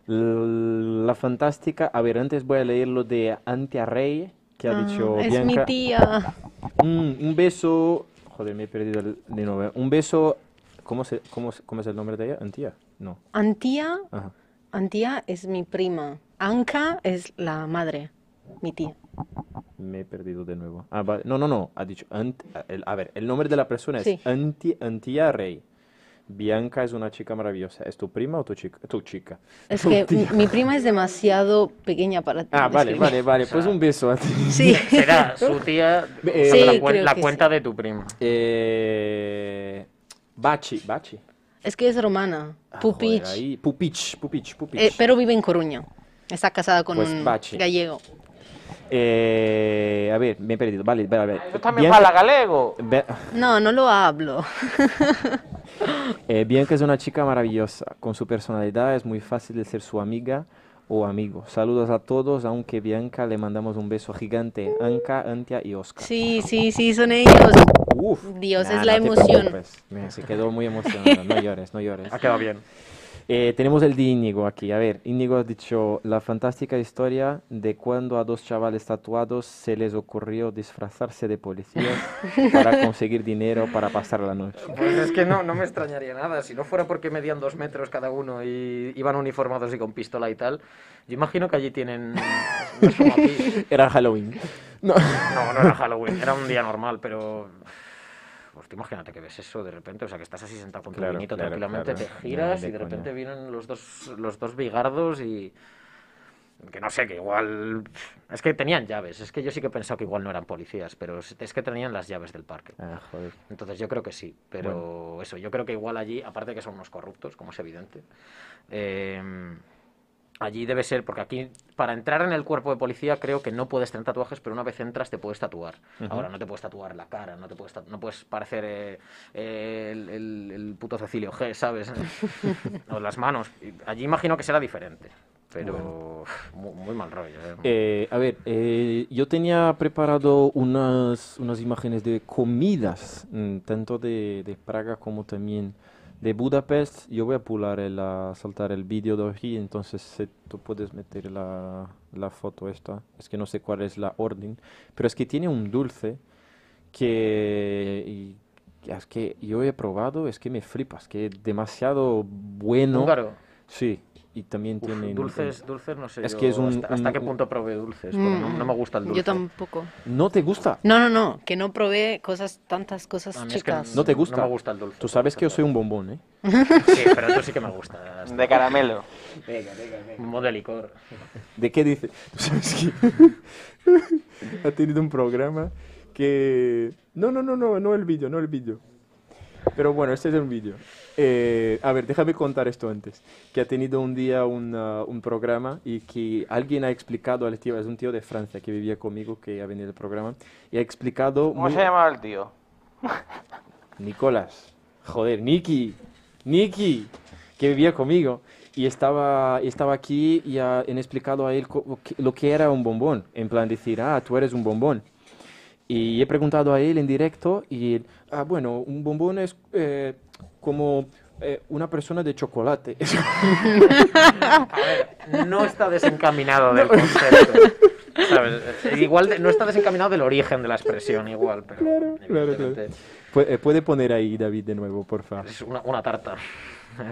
Speaker 1: L- La fantástica. A ver, antes voy a leer lo de Antia Rey, que ha dicho
Speaker 4: Ah, es mi
Speaker 1: Bianca.
Speaker 4: tía.
Speaker 1: Un, un beso. Joder, me he perdido el- de nuevo. Un beso. ¿Cómo, se, cómo, se- cómo es el nombre de ella? Antía. No.
Speaker 4: Antía,
Speaker 1: Ajá.
Speaker 4: Antía es mi prima. Anka es la madre, mi tía.
Speaker 1: Me he perdido de nuevo. Ah, va- No, no, no. Ha dicho. Ant- el- a ver, el nombre de la persona es
Speaker 4: Sí.
Speaker 1: Anti- Antía Rey. Bianca es una chica maravillosa. ¿Es tu prima o tu chica? Tu chica.
Speaker 4: Es
Speaker 1: Tu
Speaker 4: que
Speaker 1: tía.
Speaker 4: (laughs) mi- mi prima es demasiado pequeña para
Speaker 1: Ah, vale,
Speaker 4: describir.
Speaker 1: vale, vale. Pues un beso a ti.
Speaker 4: (laughs) Sí.
Speaker 3: Será su tía,
Speaker 1: Eh,
Speaker 3: la,
Speaker 4: Sí,
Speaker 3: cuen-
Speaker 4: creo
Speaker 3: la
Speaker 4: que
Speaker 3: cuenta de tu primo.
Speaker 1: Eh, Bachi, Bachi.
Speaker 4: Es que es romana,
Speaker 1: Ah,
Speaker 4: Pupich.
Speaker 1: joder, ahí. Pupich, Pupich, Pupich.
Speaker 4: Eh, pero vive en Coruña. Está casada con
Speaker 1: Pues
Speaker 4: un
Speaker 1: Bachi.
Speaker 4: gallego.
Speaker 1: Eh, a ver, me he perdido. Vale, vale, vale.
Speaker 2: Tú también
Speaker 1: Bianca-
Speaker 2: para galego.
Speaker 1: Be-
Speaker 4: No, no lo hablo. (laughs)
Speaker 1: Eh, Bianca es una chica maravillosa, con su personalidad es muy fácil de ser su amiga o amigo. Saludos a todos, aunque Bianca le mandamos un beso gigante. Anka, Antia y Oscar.
Speaker 4: Sí, sí, sí, son ellos.
Speaker 1: Uf,
Speaker 4: Dios,
Speaker 1: nah,
Speaker 4: es
Speaker 1: no
Speaker 4: la
Speaker 1: te
Speaker 4: emoción.
Speaker 1: preocupes. Mira, se quedó muy emocionada. No llores, no llores.
Speaker 3: Ha quedado bien.
Speaker 1: Eh, tenemos el de Íñigo aquí. A ver, Íñigo ha dicho la fantástica historia de cuando a dos chavales tatuados se les ocurrió disfrazarse de policías
Speaker 4: (laughs)
Speaker 1: para conseguir dinero para pasar la noche.
Speaker 3: Pues es que no, no me extrañaría nada. Si no fuera porque medían dos metros cada uno y iban uniformados y con pistola y tal, yo imagino que allí tienen. pues, No es como aquí.
Speaker 1: Era Halloween. No.
Speaker 3: No, no era Halloween, era un día normal, pero. Pues tú imagínate que ves eso de repente, o sea, que estás así sentado con tu
Speaker 1: Claro,
Speaker 3: vinito
Speaker 1: claro,
Speaker 3: tranquilamente,
Speaker 1: claro.
Speaker 3: te giras
Speaker 1: Ni de
Speaker 3: y de
Speaker 1: coña.
Speaker 3: repente vienen los dos, los dos bigardos y. Que no sé, que igual. Es que tenían llaves, es que yo sí que pensaba que igual no eran policías, pero es que tenían las llaves del parque.
Speaker 1: Ah, joder.
Speaker 3: Entonces yo creo que sí, pero eso, yo creo que igual allí, aparte de que son unos corruptos, como es evidente, eh, allí debe ser, porque aquí para entrar en el cuerpo de policía creo que no puedes tener tatuajes, pero una vez entras te puedes tatuar. Ahora no te puedes tatuar la cara, no te puedes, tatu- no puedes parecer eh, eh, el, el- el puto Cecilio
Speaker 1: (laughs)
Speaker 3: G, ¿sabes? o las manos. Y Allí imagino que será diferente, pero uf, mu- muy, mal rollo. ¿eh?
Speaker 1: Eh, a ver, eh, yo tenía preparado unas, unas imágenes de comidas, mm, tanto de, de Praga como también de Budapest. Yo voy a pular el, a saltar el vídeo de aquí, entonces si tú puedes meter la, la foto esta. Es que no sé cuál es la orden, pero es que tiene un dulce que, y- que es que yo he probado, es que me flipas, que es demasiado bueno.
Speaker 3: Húngaro.
Speaker 1: Sí, y también
Speaker 3: Uf,
Speaker 1: tiene...
Speaker 3: dulces, dulces, no sé
Speaker 1: Es
Speaker 3: yo
Speaker 1: que es un-
Speaker 3: hasta, hasta
Speaker 1: un-
Speaker 3: qué punto probé dulces, porque pues, no, no me gusta el dulce.
Speaker 4: Mm. Yo tampoco.
Speaker 1: ¿No te gusta?
Speaker 4: No, no, no, que no probé cosas, tantas cosas
Speaker 3: A mí es que
Speaker 4: chicas.
Speaker 1: No te gusta.
Speaker 3: No me gusta el dulce.
Speaker 1: Tú sabes que yo soy un bombón, ¿eh?
Speaker 3: Sí, pero tú sí que me gusta.
Speaker 2: De caramelo.
Speaker 3: Un modo de licor.
Speaker 1: ¿De qué dice? (laughs) Tú sabes que (laughs) ha tenido un programa que... No, no, no, no, no el vídeo, no el vídeo. Pero bueno, este es el vídeo. Eh, a ver, déjame contar esto antes. Que ha tenido un día una- un programa y que alguien ha explicado al tío, es un tío de Francia que vivía conmigo, que ha venido al programa, y ha explicado...
Speaker 2: ¿Cómo
Speaker 1: muy-
Speaker 2: se llamaba el tío?
Speaker 1: Nicolás. Joder, Nicky. Nicky, que vivía conmigo. Y estaba, estaba aquí y ah, han explicado a él co- lo que- lo que era un bombón. En plan decir, ah, tú eres un bombón. Y he preguntado a él en directo y él, ah, bueno, un bombón es eh, como eh, una persona de chocolate. (laughs) Ah.
Speaker 3: No está
Speaker 1: (laughs)
Speaker 3: desencaminado del concepto. ¿Sabes? Eh, Igual de- no está desencaminado del origen de la expresión, igual, pero.
Speaker 1: Claro, claro,
Speaker 3: evidentemente,
Speaker 1: Pu- eh, puede poner ahí David de nuevo, por favor.
Speaker 3: Es una, una tarta.
Speaker 1: (laughs)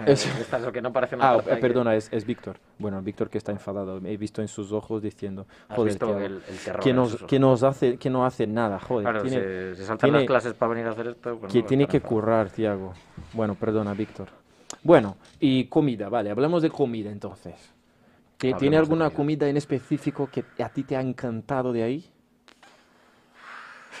Speaker 1: Es-
Speaker 3: Esta es lo que no parece una
Speaker 1: Ah,
Speaker 3: tarta.
Speaker 1: eh, perdona, es, es Víctor. Bueno, Víctor que está enfadado. He visto en sus ojos diciendo,
Speaker 3: Has
Speaker 1: joder,
Speaker 3: visto
Speaker 1: tío,
Speaker 3: el- el terror
Speaker 1: que,
Speaker 3: en
Speaker 1: nos,
Speaker 3: sus
Speaker 1: que nos hace, que no hace nada, joder.
Speaker 3: Claro,
Speaker 1: tiene-
Speaker 3: se, se saltan
Speaker 1: tiene-
Speaker 3: las clases para venir a hacer esto. pues
Speaker 1: que
Speaker 3: no,
Speaker 1: tiene
Speaker 3: está
Speaker 1: que
Speaker 3: enfadado.
Speaker 1: currar, Tiago. Bueno, perdona, Víctor. Bueno, y comida, vale, hablamos de comida entonces. ¿Ti-
Speaker 3: Hablemos
Speaker 1: ¿Tiene
Speaker 3: de
Speaker 1: alguna
Speaker 3: comida.
Speaker 1: comida en específico que a ti te ha encantado de ahí?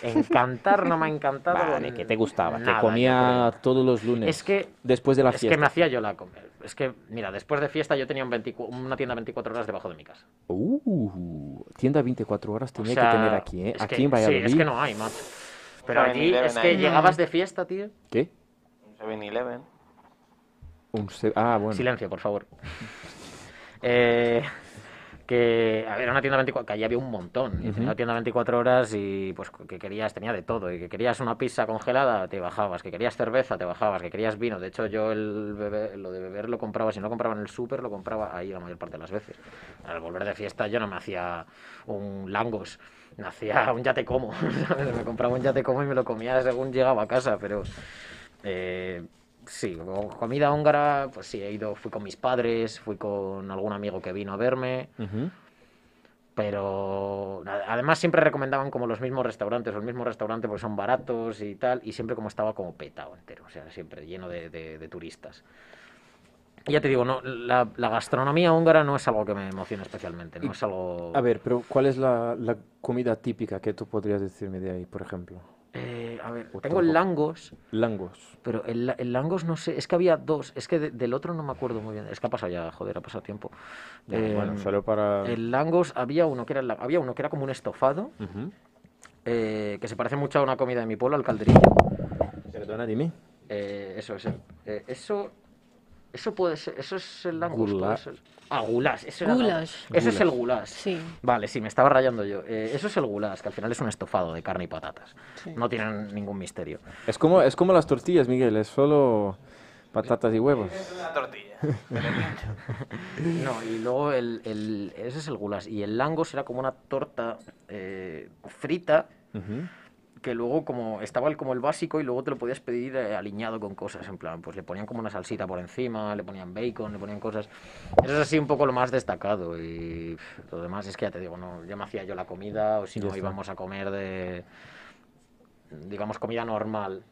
Speaker 3: Encantar no me ha encantado.
Speaker 1: Vale, que te gustaba,
Speaker 3: nada,
Speaker 1: que
Speaker 3: yo
Speaker 1: comía
Speaker 3: creo.
Speaker 1: todos los lunes.
Speaker 3: Es que-
Speaker 1: después de la
Speaker 3: Es que me
Speaker 1: fiesta.
Speaker 3: hacía yo la comer. Es que, mira, después de fiesta yo tenía un 24 una tienda 24 horas debajo de mi casa.
Speaker 1: Uh, tienda 24 horas
Speaker 3: O
Speaker 1: tenía
Speaker 3: sea,
Speaker 1: que tener aquí, ¿eh?
Speaker 3: es
Speaker 1: Aquí
Speaker 3: que-
Speaker 1: en Valladolid.
Speaker 3: Sí, es que no hay, macho. Pero
Speaker 2: Joder,
Speaker 3: allí
Speaker 2: ni
Speaker 3: es
Speaker 2: deben
Speaker 3: que
Speaker 2: ahí.
Speaker 3: llegabas de fiesta, tío.
Speaker 1: ¿Qué?
Speaker 2: Un 7-Eleven.
Speaker 1: Un se- Ah, bueno.
Speaker 3: Silencio,
Speaker 1: (laughs)
Speaker 3: por favor. Eh, que a ver, era una tienda 24, que allí había un montón. Y Tenía una tienda 24 horas y pues que querías, tenía de todo. Y que querías una pizza congelada, te bajabas. Que querías cerveza, te bajabas. Que querías vino. De hecho, yo el bebe- lo de beber lo compraba. Si no compraba en el súper, lo compraba ahí la mayor parte de las veces. Al volver de fiesta, yo no me hacía un langos. Me hacía un ya te como. (laughs) ¿sabes? me compraba un ya te como y me lo comía según llegaba a casa, pero. Eh, sí, co- comida húngara, pues sí, he ido, fui con mis padres, fui con algún amigo que vino a verme,
Speaker 1: Ujú.
Speaker 3: pero a- además siempre recomendaban como los mismos restaurantes, o el mismo restaurante porque son baratos y tal, y siempre como estaba como petado entero, o sea, siempre lleno de, de- de turistas. Y ya te digo, no, la, la gastronomía húngara no es algo que me emociona especialmente, no es algo...
Speaker 1: A ver, pero ¿cuál es la, la comida típica que tú podrías decirme de ahí, por ejemplo?
Speaker 3: Eh, a ver,
Speaker 1: Otro
Speaker 3: tengo el
Speaker 1: poco.
Speaker 3: langos,
Speaker 1: Langos.
Speaker 3: Pero el, la- el langos no sé, es que había dos, es que de- del otro no me acuerdo muy bien, es que ha pasado ya, joder, ha pasado tiempo. Eh,
Speaker 1: bueno, solo para...
Speaker 3: El langos había uno que era la- había uno que era como un estofado
Speaker 1: Ujú.
Speaker 3: eh, que se parece mucho a una comida de mi pueblo, al calderillo.
Speaker 1: Perdona, dime.
Speaker 3: Eh, eso es el- eh, eso eso puede ser, eso es el langos. puede
Speaker 1: Goulash.
Speaker 3: ser. Ah, goulash, eso era
Speaker 4: Goulash.
Speaker 3: langos. Eso es el goulash.
Speaker 4: Sí.
Speaker 3: Vale, sí, me estaba rayando yo. Eh, eso es el goulash, que al final es un estofado de carne y patatas. No tienen ningún misterio.
Speaker 1: Es como, es como las tortillas, Miguel, es solo patatas y huevos.
Speaker 2: Una tortilla.
Speaker 3: No, y luego el, el- ese es el gulas. Y el langos era como una torta eh, frita
Speaker 1: Ujú.
Speaker 3: que luego como estaba el, como el básico y luego te lo podías pedir eh, aliñado con cosas. En plan, pues le ponían como una salsita por encima, le ponían bacon, le ponían cosas. Eso es así un poco lo más destacado. Y pff, lo demás es que ya te digo, no, yo me hacía yo la comida o si
Speaker 1: Ya
Speaker 3: no
Speaker 1: está.
Speaker 3: íbamos a comer de, digamos, comida normal.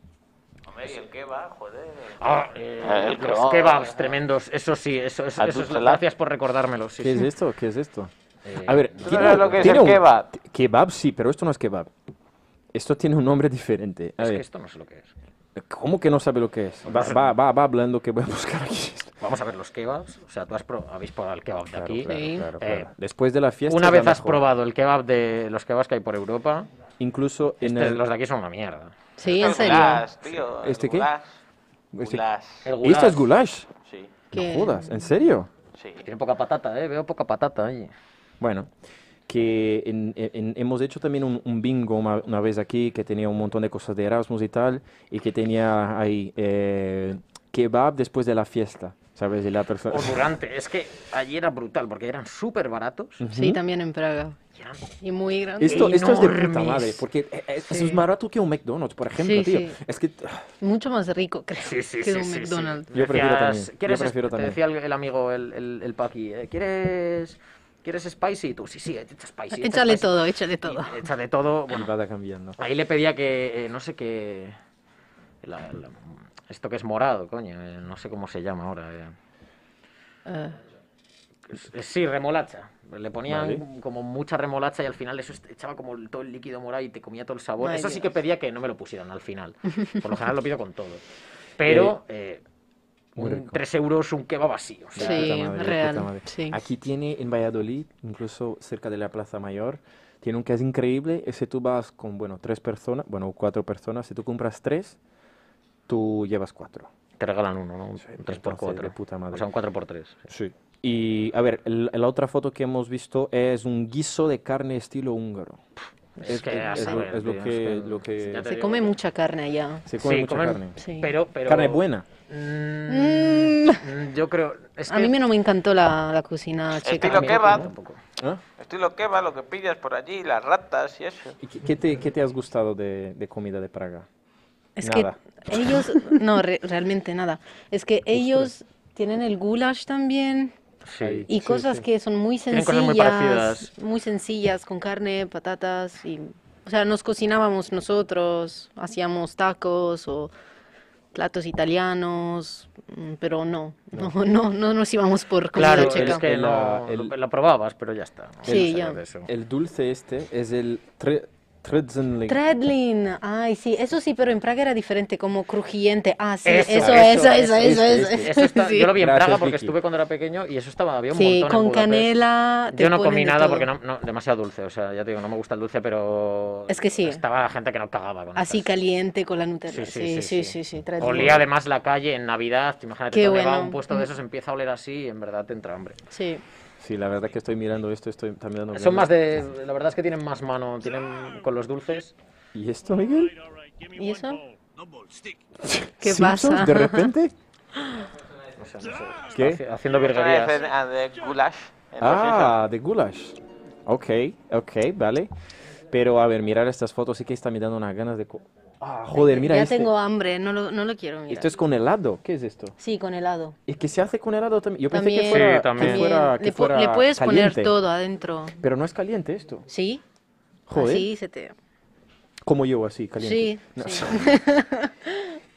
Speaker 2: Hombre, y el que va, joder.
Speaker 3: Ah, eh,
Speaker 2: Ah, el
Speaker 3: los
Speaker 2: kebab.
Speaker 3: kebabs tremendos, eso sí, eso, eso,
Speaker 2: Al
Speaker 3: eso es-
Speaker 2: Dutzelab.
Speaker 3: gracias por recordármelo. sí,
Speaker 1: ¿Qué es
Speaker 3: sí.
Speaker 1: esto? ¿Qué es esto?
Speaker 3: Eh,
Speaker 1: A ver,
Speaker 2: ¿Tú sabes lo que es el kebab?
Speaker 1: t- Kebab sí, pero esto no es kebab. Esto tiene un nombre diferente. A
Speaker 3: Es que
Speaker 1: ver,
Speaker 3: esto no sé lo que es.
Speaker 1: ¿cómo que no sabe lo que es? Va, va, va, va hablando que voy a buscar aquí.
Speaker 3: Vamos a ver los kebabs. O sea, tú has pro- habéis probado el kebab de aquí.
Speaker 4: claro, Sí.
Speaker 1: Claro,
Speaker 3: Eh,
Speaker 1: claro. Después de la fiesta.
Speaker 3: Una
Speaker 1: este es
Speaker 3: vez
Speaker 1: la
Speaker 3: has
Speaker 1: mejor.
Speaker 3: probado el kebab de los kebabs que hay por Europa,
Speaker 1: Incluso en
Speaker 3: este-
Speaker 1: el.
Speaker 3: los de aquí son una mierda.
Speaker 4: Sí, en
Speaker 2: El
Speaker 4: serio.
Speaker 2: goulash, tío. el
Speaker 1: ¿Este qué?
Speaker 2: goulash.
Speaker 1: Este-
Speaker 2: Goulash.
Speaker 3: El
Speaker 1: ¿Esto es goulash?
Speaker 2: Sí,
Speaker 1: No
Speaker 4: Que-
Speaker 1: jodas, ¿en serio?
Speaker 2: sí.
Speaker 3: Tiene poca patata, ¿eh? Veo poca patata ahí.
Speaker 1: Bueno, que en- en- hemos hecho también un, un bingo una, una vez aquí que tenía un montón de cosas de Erasmus y tal, y que tenía ahí eh, kebab después de la fiesta, ¿sabes? Y la persona...
Speaker 3: O durante. Es que allí era brutal porque eran súper baratos.
Speaker 4: Sí, también en Praga.
Speaker 3: y eran-
Speaker 4: Y muy grande.
Speaker 1: Esto, esto es de puta
Speaker 3: enormes.
Speaker 1: madre, porque eh, eh, eso
Speaker 4: Sí.
Speaker 1: es más barato que un McDonald's, por ejemplo,
Speaker 4: Sí,
Speaker 1: tío.
Speaker 4: sí.
Speaker 1: Es que... ah,
Speaker 4: Mucho más rico, creo,
Speaker 3: Sí, sí,
Speaker 4: que
Speaker 3: sí,
Speaker 4: un
Speaker 3: sí, sí.
Speaker 4: McDonald's.
Speaker 1: Yo prefiero
Speaker 3: Decías,
Speaker 1: también, yo
Speaker 3: "¿Quieres
Speaker 1: prefiero
Speaker 3: es-?"
Speaker 1: también.
Speaker 3: Te decía el, el amigo, el, el, el Paqui, eh, ¿quieres, ¿quieres spicy? Y tú, sí, sí, echa spicy. echa
Speaker 4: Échale
Speaker 3: spicy".
Speaker 4: todo, échale
Speaker 3: Y eh,
Speaker 4: todo.
Speaker 3: Échale todo.
Speaker 1: Y
Speaker 3: Bueno,
Speaker 1: va cambiando.
Speaker 3: Ahí le pedía que, eh, no sé qué... la- la- esto que es morado, coño, eh, no sé cómo se llama ahora. eh.
Speaker 4: Eh,
Speaker 3: Es- es- Sí, remolacha. Le ponían
Speaker 1: Vale.
Speaker 3: como mucha remolacha y al final eso est- echaba como el- todo el líquido morado y te comía todo el sabor.
Speaker 4: Ay,
Speaker 3: eso sí
Speaker 4: Dios.
Speaker 3: que pedía que no me lo pusieran al final.
Speaker 4: (laughs)
Speaker 3: Por lo general lo pido con todo. Pero eh,
Speaker 1: muy
Speaker 3: un
Speaker 1: rico.
Speaker 3: 3 euros un kebab vacío. o sea,
Speaker 4: Sí,
Speaker 1: puta madre,
Speaker 4: real,
Speaker 1: puta madre.
Speaker 4: sí.
Speaker 1: Aquí tiene en Valladolid, incluso cerca de la Plaza Mayor, tiene un que es increíble. Ese tú vas con, bueno, tres personas, bueno, cuatro personas. Si tú compras tres, tú llevas cuatro.
Speaker 3: Te regalan uno, ¿no? Un
Speaker 1: entonces,
Speaker 3: 3x4.
Speaker 1: de puta madre.
Speaker 3: O sea, un 4x3.
Speaker 1: Sí. Y a ver, el- la otra foto que hemos visto es un guiso de carne estilo húngaro.
Speaker 3: Es que, a
Speaker 1: es, lo,
Speaker 3: saber,
Speaker 1: es lo
Speaker 3: tío,
Speaker 1: que,
Speaker 3: es que-
Speaker 1: lo que-
Speaker 3: ya te
Speaker 4: se
Speaker 3: digo
Speaker 4: come
Speaker 3: que-
Speaker 4: mucha carne allá.
Speaker 1: se come
Speaker 3: Sí,
Speaker 1: mucha
Speaker 3: comen-
Speaker 1: carne.
Speaker 4: Sí.
Speaker 3: Pero, pero...
Speaker 1: Carne buena.
Speaker 3: Mm, mm, yo creo... Es
Speaker 4: A mí
Speaker 3: que-
Speaker 4: me no me encantó la, la cocina checa.
Speaker 2: Estilo
Speaker 3: A mí no,
Speaker 2: kebab.
Speaker 3: tampoco.
Speaker 1: ¿Ah?
Speaker 2: Estilo que va, lo que pillas por allí, las ratas y eso.
Speaker 1: ¿Y qué, qué te, qué te has gustado de, de comida de Praga?
Speaker 4: Es
Speaker 1: Nada.
Speaker 4: que ellos, no, re- realmente nada. Es que ellos tienen el goulash también
Speaker 3: Sí.
Speaker 4: y
Speaker 1: Sí,
Speaker 4: cosas
Speaker 1: sí.
Speaker 4: que son muy
Speaker 3: Tienen cosas muy
Speaker 4: sencillas,
Speaker 3: parecidas.
Speaker 4: muy sencillas, con carne, patatas y, o sea, nos cocinábamos nosotros, hacíamos tacos o platos italianos, mm, pero no, no, (laughs) no, no nos íbamos por comida
Speaker 3: Claro,
Speaker 4: checa.
Speaker 3: es que
Speaker 1: El,
Speaker 3: no,
Speaker 1: ah, el-
Speaker 3: lo, lo probabas, pero ya está. no
Speaker 4: Sí,
Speaker 3: sabes
Speaker 4: ya.
Speaker 3: de
Speaker 4: (laughs)
Speaker 3: eso.
Speaker 1: El dulce este es el tre- Tredzenling.
Speaker 4: Tredlin, ay sí, eso sí, pero en Praga era diferente, como crujiente. Ah, sí,
Speaker 3: Eso,
Speaker 4: eso,
Speaker 3: eso,
Speaker 4: eso, eso, eso,
Speaker 1: eso,
Speaker 4: eso.
Speaker 1: eso.
Speaker 3: Eso está-
Speaker 4: (laughs) Sí.
Speaker 3: Yo lo vi en
Speaker 1: Gracias,
Speaker 3: Praga porque
Speaker 1: Vicky.
Speaker 3: estuve cuando era pequeño y eso estaba, había un
Speaker 4: Sí,
Speaker 3: montón en
Speaker 4: con
Speaker 3: Budapest.
Speaker 4: canela. te
Speaker 3: Yo no
Speaker 4: ponen
Speaker 3: comí
Speaker 4: de
Speaker 3: nada
Speaker 4: todo.
Speaker 3: porque no, no, demasiado dulce, o sea, ya te digo, no me gusta el dulce, pero
Speaker 4: Es que sí.
Speaker 3: estaba la gente que no cagaba con
Speaker 4: Así
Speaker 3: estas.
Speaker 4: caliente con la Nutella.
Speaker 3: Sí, sí, sí, sí.
Speaker 4: Tredlin.
Speaker 3: Olía además la calle en Navidad, imagínate,
Speaker 4: Qué
Speaker 3: cuando va a
Speaker 4: bueno. Mm.
Speaker 3: un puesto de esos empieza a oler así y en verdad te entra hambre.
Speaker 4: Sí.
Speaker 1: Sí, la verdad que estoy mirando esto, estoy también dando
Speaker 3: Son más
Speaker 1: vueltas.
Speaker 3: de, la verdad es que tienen más mano, tienen con los dulces.
Speaker 1: ¿Y esto, Miguel?
Speaker 4: ¿Y eso? (laughs) ¿Qué
Speaker 1: ¿Simpsons
Speaker 4: pasa?
Speaker 1: de
Speaker 3: (laughs)
Speaker 1: repente?
Speaker 3: O sea, no sé, está
Speaker 1: ¿Qué?
Speaker 3: haci- haciendo
Speaker 2: Una
Speaker 4: eh,
Speaker 3: virguerías.
Speaker 2: escena ah, de goulash. en los Simpsons.
Speaker 1: Ah, de goulash. Ok, ok, vale. Pero a ver, mirar estas fotos sí que está me dando unas ganas de... co- Ah, joder, mira
Speaker 4: ya
Speaker 1: este.
Speaker 4: tengo hambre, no lo, no lo quiero mirar.
Speaker 1: Esto es con helado. ¿Qué es esto?
Speaker 4: Sí, con helado.
Speaker 1: ¿Y que se hace con helado también? Yo pensé que
Speaker 4: También.
Speaker 1: fuera,
Speaker 3: Sí, también.
Speaker 1: Que fuera, que
Speaker 4: le, po-
Speaker 1: fuera
Speaker 4: le puedes
Speaker 1: caliente.
Speaker 4: poner todo adentro.
Speaker 1: Pero no es caliente esto.
Speaker 4: ¿Sí?
Speaker 1: Joder.
Speaker 4: Así se te...
Speaker 1: Como yo, así, caliente.
Speaker 4: Sí,
Speaker 1: No.
Speaker 4: sí.
Speaker 1: (laughs)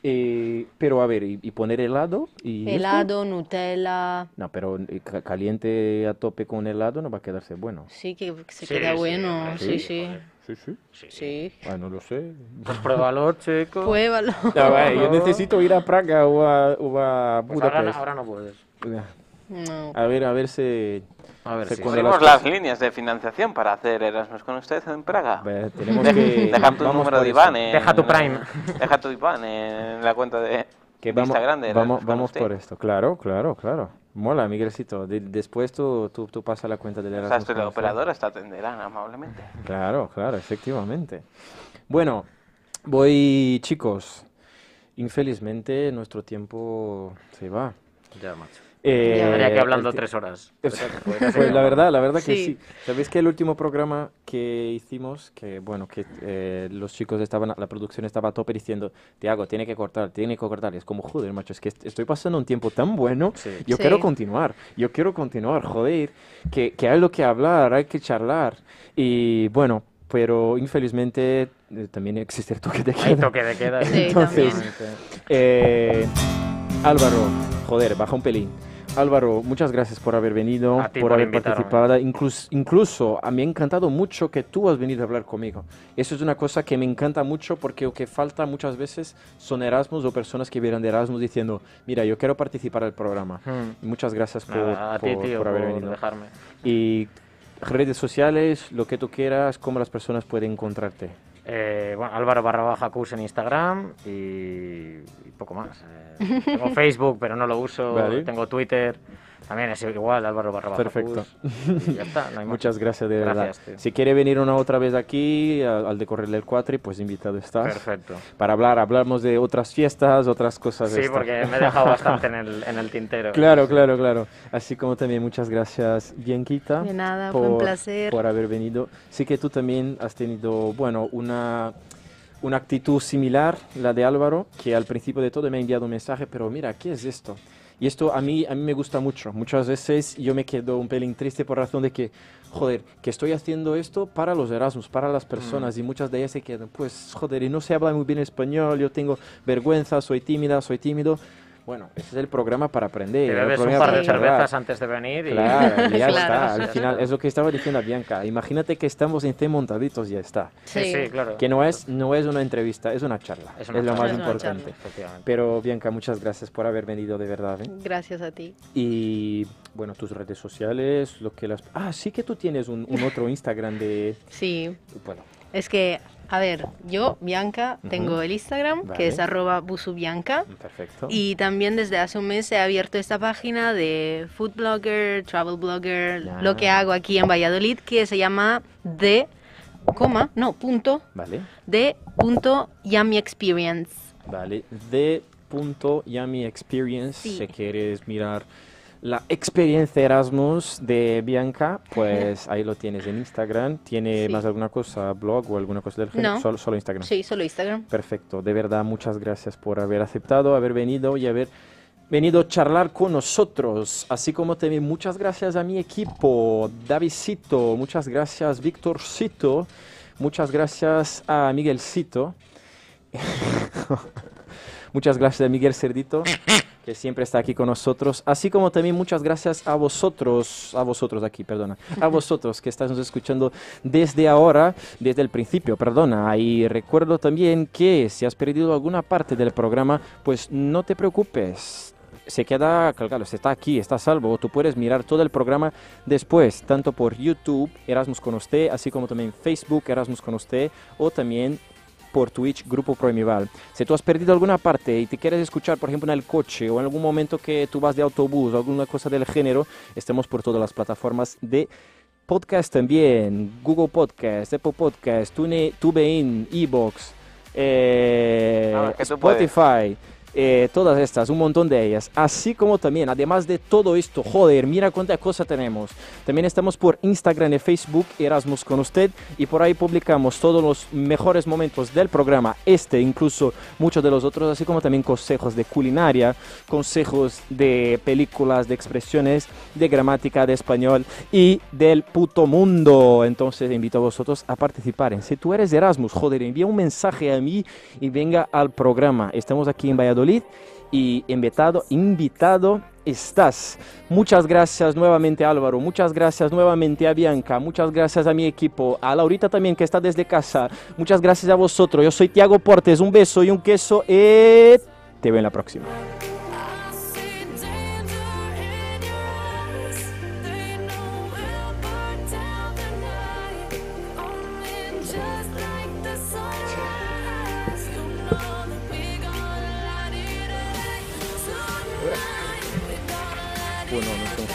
Speaker 1: Eh, pero a ver, y, y poner helado y... esto?
Speaker 4: Helado, Nutella...
Speaker 1: No, pero eh, ca- caliente a tope con helado no va a quedarse bueno.
Speaker 4: Sí, que que se
Speaker 3: Sí,
Speaker 4: queda
Speaker 3: sí,
Speaker 4: bueno.
Speaker 3: hombre,
Speaker 4: Sí,
Speaker 3: sí,
Speaker 4: sí.
Speaker 1: Sí, sí.
Speaker 4: Sí.
Speaker 1: Ah, no lo sé. Ah.
Speaker 3: Pues pruébalo, chico.
Speaker 4: Pruébalo. (laughs)
Speaker 1: eh, yo necesito ir a Praga o a, o a
Speaker 3: Pues ahora, no-
Speaker 1: Budapest.
Speaker 3: ahora no puedes.
Speaker 4: No.
Speaker 1: A ver, a ver si...
Speaker 3: A ver
Speaker 1: Se
Speaker 3: si.
Speaker 1: con-
Speaker 2: Abrimos
Speaker 1: las
Speaker 2: las
Speaker 1: cosas.
Speaker 2: líneas de financiación para hacer Erasmus con usted en Praga.
Speaker 1: eh, tenemos
Speaker 2: De-
Speaker 1: que...
Speaker 2: Ah. Deja tu
Speaker 1: vamos
Speaker 2: número
Speaker 1: por eso.
Speaker 2: de Iván. eh, En,
Speaker 3: Deja tu Prime.
Speaker 2: Deja tu Iván en la cuenta de
Speaker 1: Que vamos,
Speaker 2: Instagram de
Speaker 1: vamos,
Speaker 2: Erasmus con
Speaker 1: vamos
Speaker 2: usted.
Speaker 1: por esto. Claro, claro, claro. Mola, Miguelcito. De- después tú, tú, tú pasas la cuenta del
Speaker 2: O
Speaker 1: Erasmus.
Speaker 2: sea, estoy
Speaker 1: con
Speaker 2: la
Speaker 1: nosotros.
Speaker 2: operadora, te atenderán amablemente.
Speaker 1: Claro, claro, efectivamente. Bueno, voy, chicos. Infelizmente nuestro tiempo se va.
Speaker 3: Ya, macho.
Speaker 1: Eh,
Speaker 3: Estaría aquí hablando
Speaker 1: este- (laughs)
Speaker 3: tres horas.
Speaker 1: Pues la verdad, la verdad que
Speaker 4: Sí.
Speaker 1: sí. Sabéis que el último programa que hicimos, que bueno, que eh, los chicos estaban, la producción estaba a tope diciendo, Tiago, tiene que cortar, tiene que cortar. Y es como, joder, macho, es que est- estoy pasando un tiempo tan bueno.
Speaker 3: Sí.
Speaker 1: Yo
Speaker 4: Sí.
Speaker 1: quiero continuar, yo quiero continuar, joder, que, que hay lo que hablar, hay que charlar. Y bueno, pero infelizmente eh, también existe el toque de
Speaker 3: Hay
Speaker 1: queda.
Speaker 3: toque de queda.
Speaker 4: Sí,
Speaker 1: Entonces,
Speaker 4: también.
Speaker 1: eh, Álvaro, joder, baja un pelín. Álvaro, muchas gracias por haber venido,
Speaker 3: A ti
Speaker 1: por
Speaker 3: por
Speaker 1: haber
Speaker 3: invitarme.
Speaker 1: participado. Inclus- incluso a mí me ha encantado mucho que tú has venido a hablar conmigo. Eso es una cosa que me encanta mucho porque lo que falta muchas veces son Erasmus o personas que vienen de Erasmus diciendo, mira, yo quiero participar del programa.
Speaker 3: Hmm.
Speaker 1: Muchas gracias por,
Speaker 3: Nada, a ti,
Speaker 1: por-
Speaker 3: tío,
Speaker 1: por
Speaker 3: por,
Speaker 1: haber venido.
Speaker 3: dejarme.
Speaker 1: Y redes sociales, lo que tú quieras, cómo las personas pueden encontrarte.
Speaker 3: Eh, bueno, Álvaro barra baja Cus en Instagram y, y poco más. Eh, tengo Facebook, pero no lo uso.
Speaker 1: Vale.
Speaker 3: Tengo Twitter. También es igual, Álvaro barra baja
Speaker 1: Perfecto.
Speaker 3: Cus. Y ya está,
Speaker 1: (laughs)
Speaker 3: no hay más.
Speaker 1: Muchas gracias, de verdad.
Speaker 3: Gracias, tío.
Speaker 1: Si quiere venir una otra vez aquí, al, al decorrer del cuatri, pues invitado estás.
Speaker 3: Perfecto.
Speaker 1: Para hablar, hablamos de otras fiestas, otras cosas. de
Speaker 3: Sí,
Speaker 1: esta.
Speaker 3: porque me he dejado bastante en el, en el
Speaker 1: (laughs)
Speaker 3: tintero.
Speaker 1: Claro, claro, claro. Así como también muchas gracias, Bianquita.
Speaker 4: De nada, fue un placer.
Speaker 1: Por haber venido. Sí que tú también has tenido, bueno, una, una actitud similar, la de Álvaro, que al principio de todo me ha enviado un mensaje, pero mira, ¿qué es esto? Y esto a mí, a mí me gusta mucho. Muchas veces yo me quedo un pelín triste por razón de que, joder, que estoy haciendo esto para los Erasmus, para las personas, y muchas de ellas se quedan, pues, joder, y no se habla muy bien español, yo tengo vergüenza, soy tímida, soy tímido. Bueno, ese es el programa para aprender.
Speaker 3: Te
Speaker 1: el
Speaker 3: bebes un
Speaker 1: programa
Speaker 3: par
Speaker 1: para
Speaker 3: de
Speaker 4: Sí.
Speaker 1: charlar.
Speaker 3: cervezas antes de venir y
Speaker 1: (laughs) Claro, y ya
Speaker 4: (laughs)
Speaker 1: está.
Speaker 4: Claro.
Speaker 3: Ya
Speaker 1: Al
Speaker 3: está.
Speaker 1: final es lo que estaba diciendo Bianca. Imagínate que estamos en C montaditos y ya está.
Speaker 4: pues,
Speaker 3: Sí, sí, claro.
Speaker 1: Que no es, no es una entrevista, es una charla. Es,
Speaker 3: Es una
Speaker 1: lo
Speaker 3: charla.
Speaker 1: más
Speaker 4: Es una
Speaker 1: importante.
Speaker 4: charla.
Speaker 3: Efectivamente.
Speaker 1: Pero Bianca, muchas gracias por haber venido de verdad. ¿eh?
Speaker 4: Gracias a ti.
Speaker 1: Y bueno, tus redes sociales, lo que las... Ah, sí que tú tienes un, un otro Instagram de...
Speaker 4: Sí.
Speaker 1: Bueno,
Speaker 4: Es que, a ver, yo, Bianca, tengo el Instagram,
Speaker 1: Vale.
Speaker 4: que es arroba busubianca.
Speaker 1: perfecto.
Speaker 4: Y también desde hace un mes he abierto esta página de food blogger, travel blogger,
Speaker 1: Ya.
Speaker 4: lo que hago aquí en Valladolid, que se llama de, coma, no, punto,
Speaker 1: Vale,
Speaker 4: de punto yummy experience.
Speaker 1: vale. De punto Yami Experience,
Speaker 4: Sí.
Speaker 1: si quieres mirar la experiencia Erasmus de Bianca, pues ahí lo tienes en Instagram. ¿Tiene
Speaker 4: Sí.
Speaker 1: más alguna cosa, blog o alguna cosa del género?
Speaker 4: No.
Speaker 1: Solo, solo Instagram.
Speaker 4: Sí, solo Instagram.
Speaker 1: Perfecto, de verdad, muchas gracias por haber aceptado, haber venido y haber venido a charlar con nosotros. Así como también muchas gracias a mi equipo, Davidcito, muchas gracias Víctorcito, muchas gracias a Miguelcito, (laughs) muchas gracias a Miguel Cerdito, que siempre está aquí con nosotros. Así como también muchas gracias a vosotros, a vosotros aquí, perdona, a vosotros que estáis nos escuchando desde ahora, desde el principio, perdona. Y recuerdo también que si has perdido alguna parte del programa, pues no te preocupes. Se queda, claro, se está aquí, está a salvo. Tú puedes mirar todo el programa después, tanto por YouTube, Erasmus con usted, así como también Facebook, Erasmus con usted, o también por Twitch, Grupo Proemival. Si tú has perdido alguna parte y te quieres escuchar, por ejemplo, en el coche o en algún momento que tú vas de autobús o alguna cosa del género, estamos por todas las plataformas de podcast también, Google Podcast, Apple Podcast, Tune, TubeIn, Ebox, eh,
Speaker 2: Ah, que tú puedes.
Speaker 1: Spotify, eh, todas estas, un montón de ellas. Así como también, además de todo esto, joder, mira cuánta cosa tenemos. También estamos por Instagram y Facebook, Erasmus con usted, y por ahí publicamos todos los mejores momentos del programa, este incluso muchos de los otros, así como también consejos de culinaria, consejos de películas, de expresiones, de gramática, de español y del puto mundo. Entonces invito a vosotros a participar. en- Si tú eres de Erasmus, joder, envía un mensaje a mí y venga al programa. Estamos aquí en Valladolid y invitado, invitado estás. Muchas gracias nuevamente Álvaro, muchas gracias nuevamente a Bianca, muchas gracias a mi equipo, a Laurita también que está desde casa, muchas gracias a vosotros. Yo soy Tiago Portes, un beso y un queso y te veo en la próxima.
Speaker 5: I see danger in your eyes. They know we'll burn down the night. Only just like the sunrise. You know that we're gonna light it up. Tonight we're gonna light it up.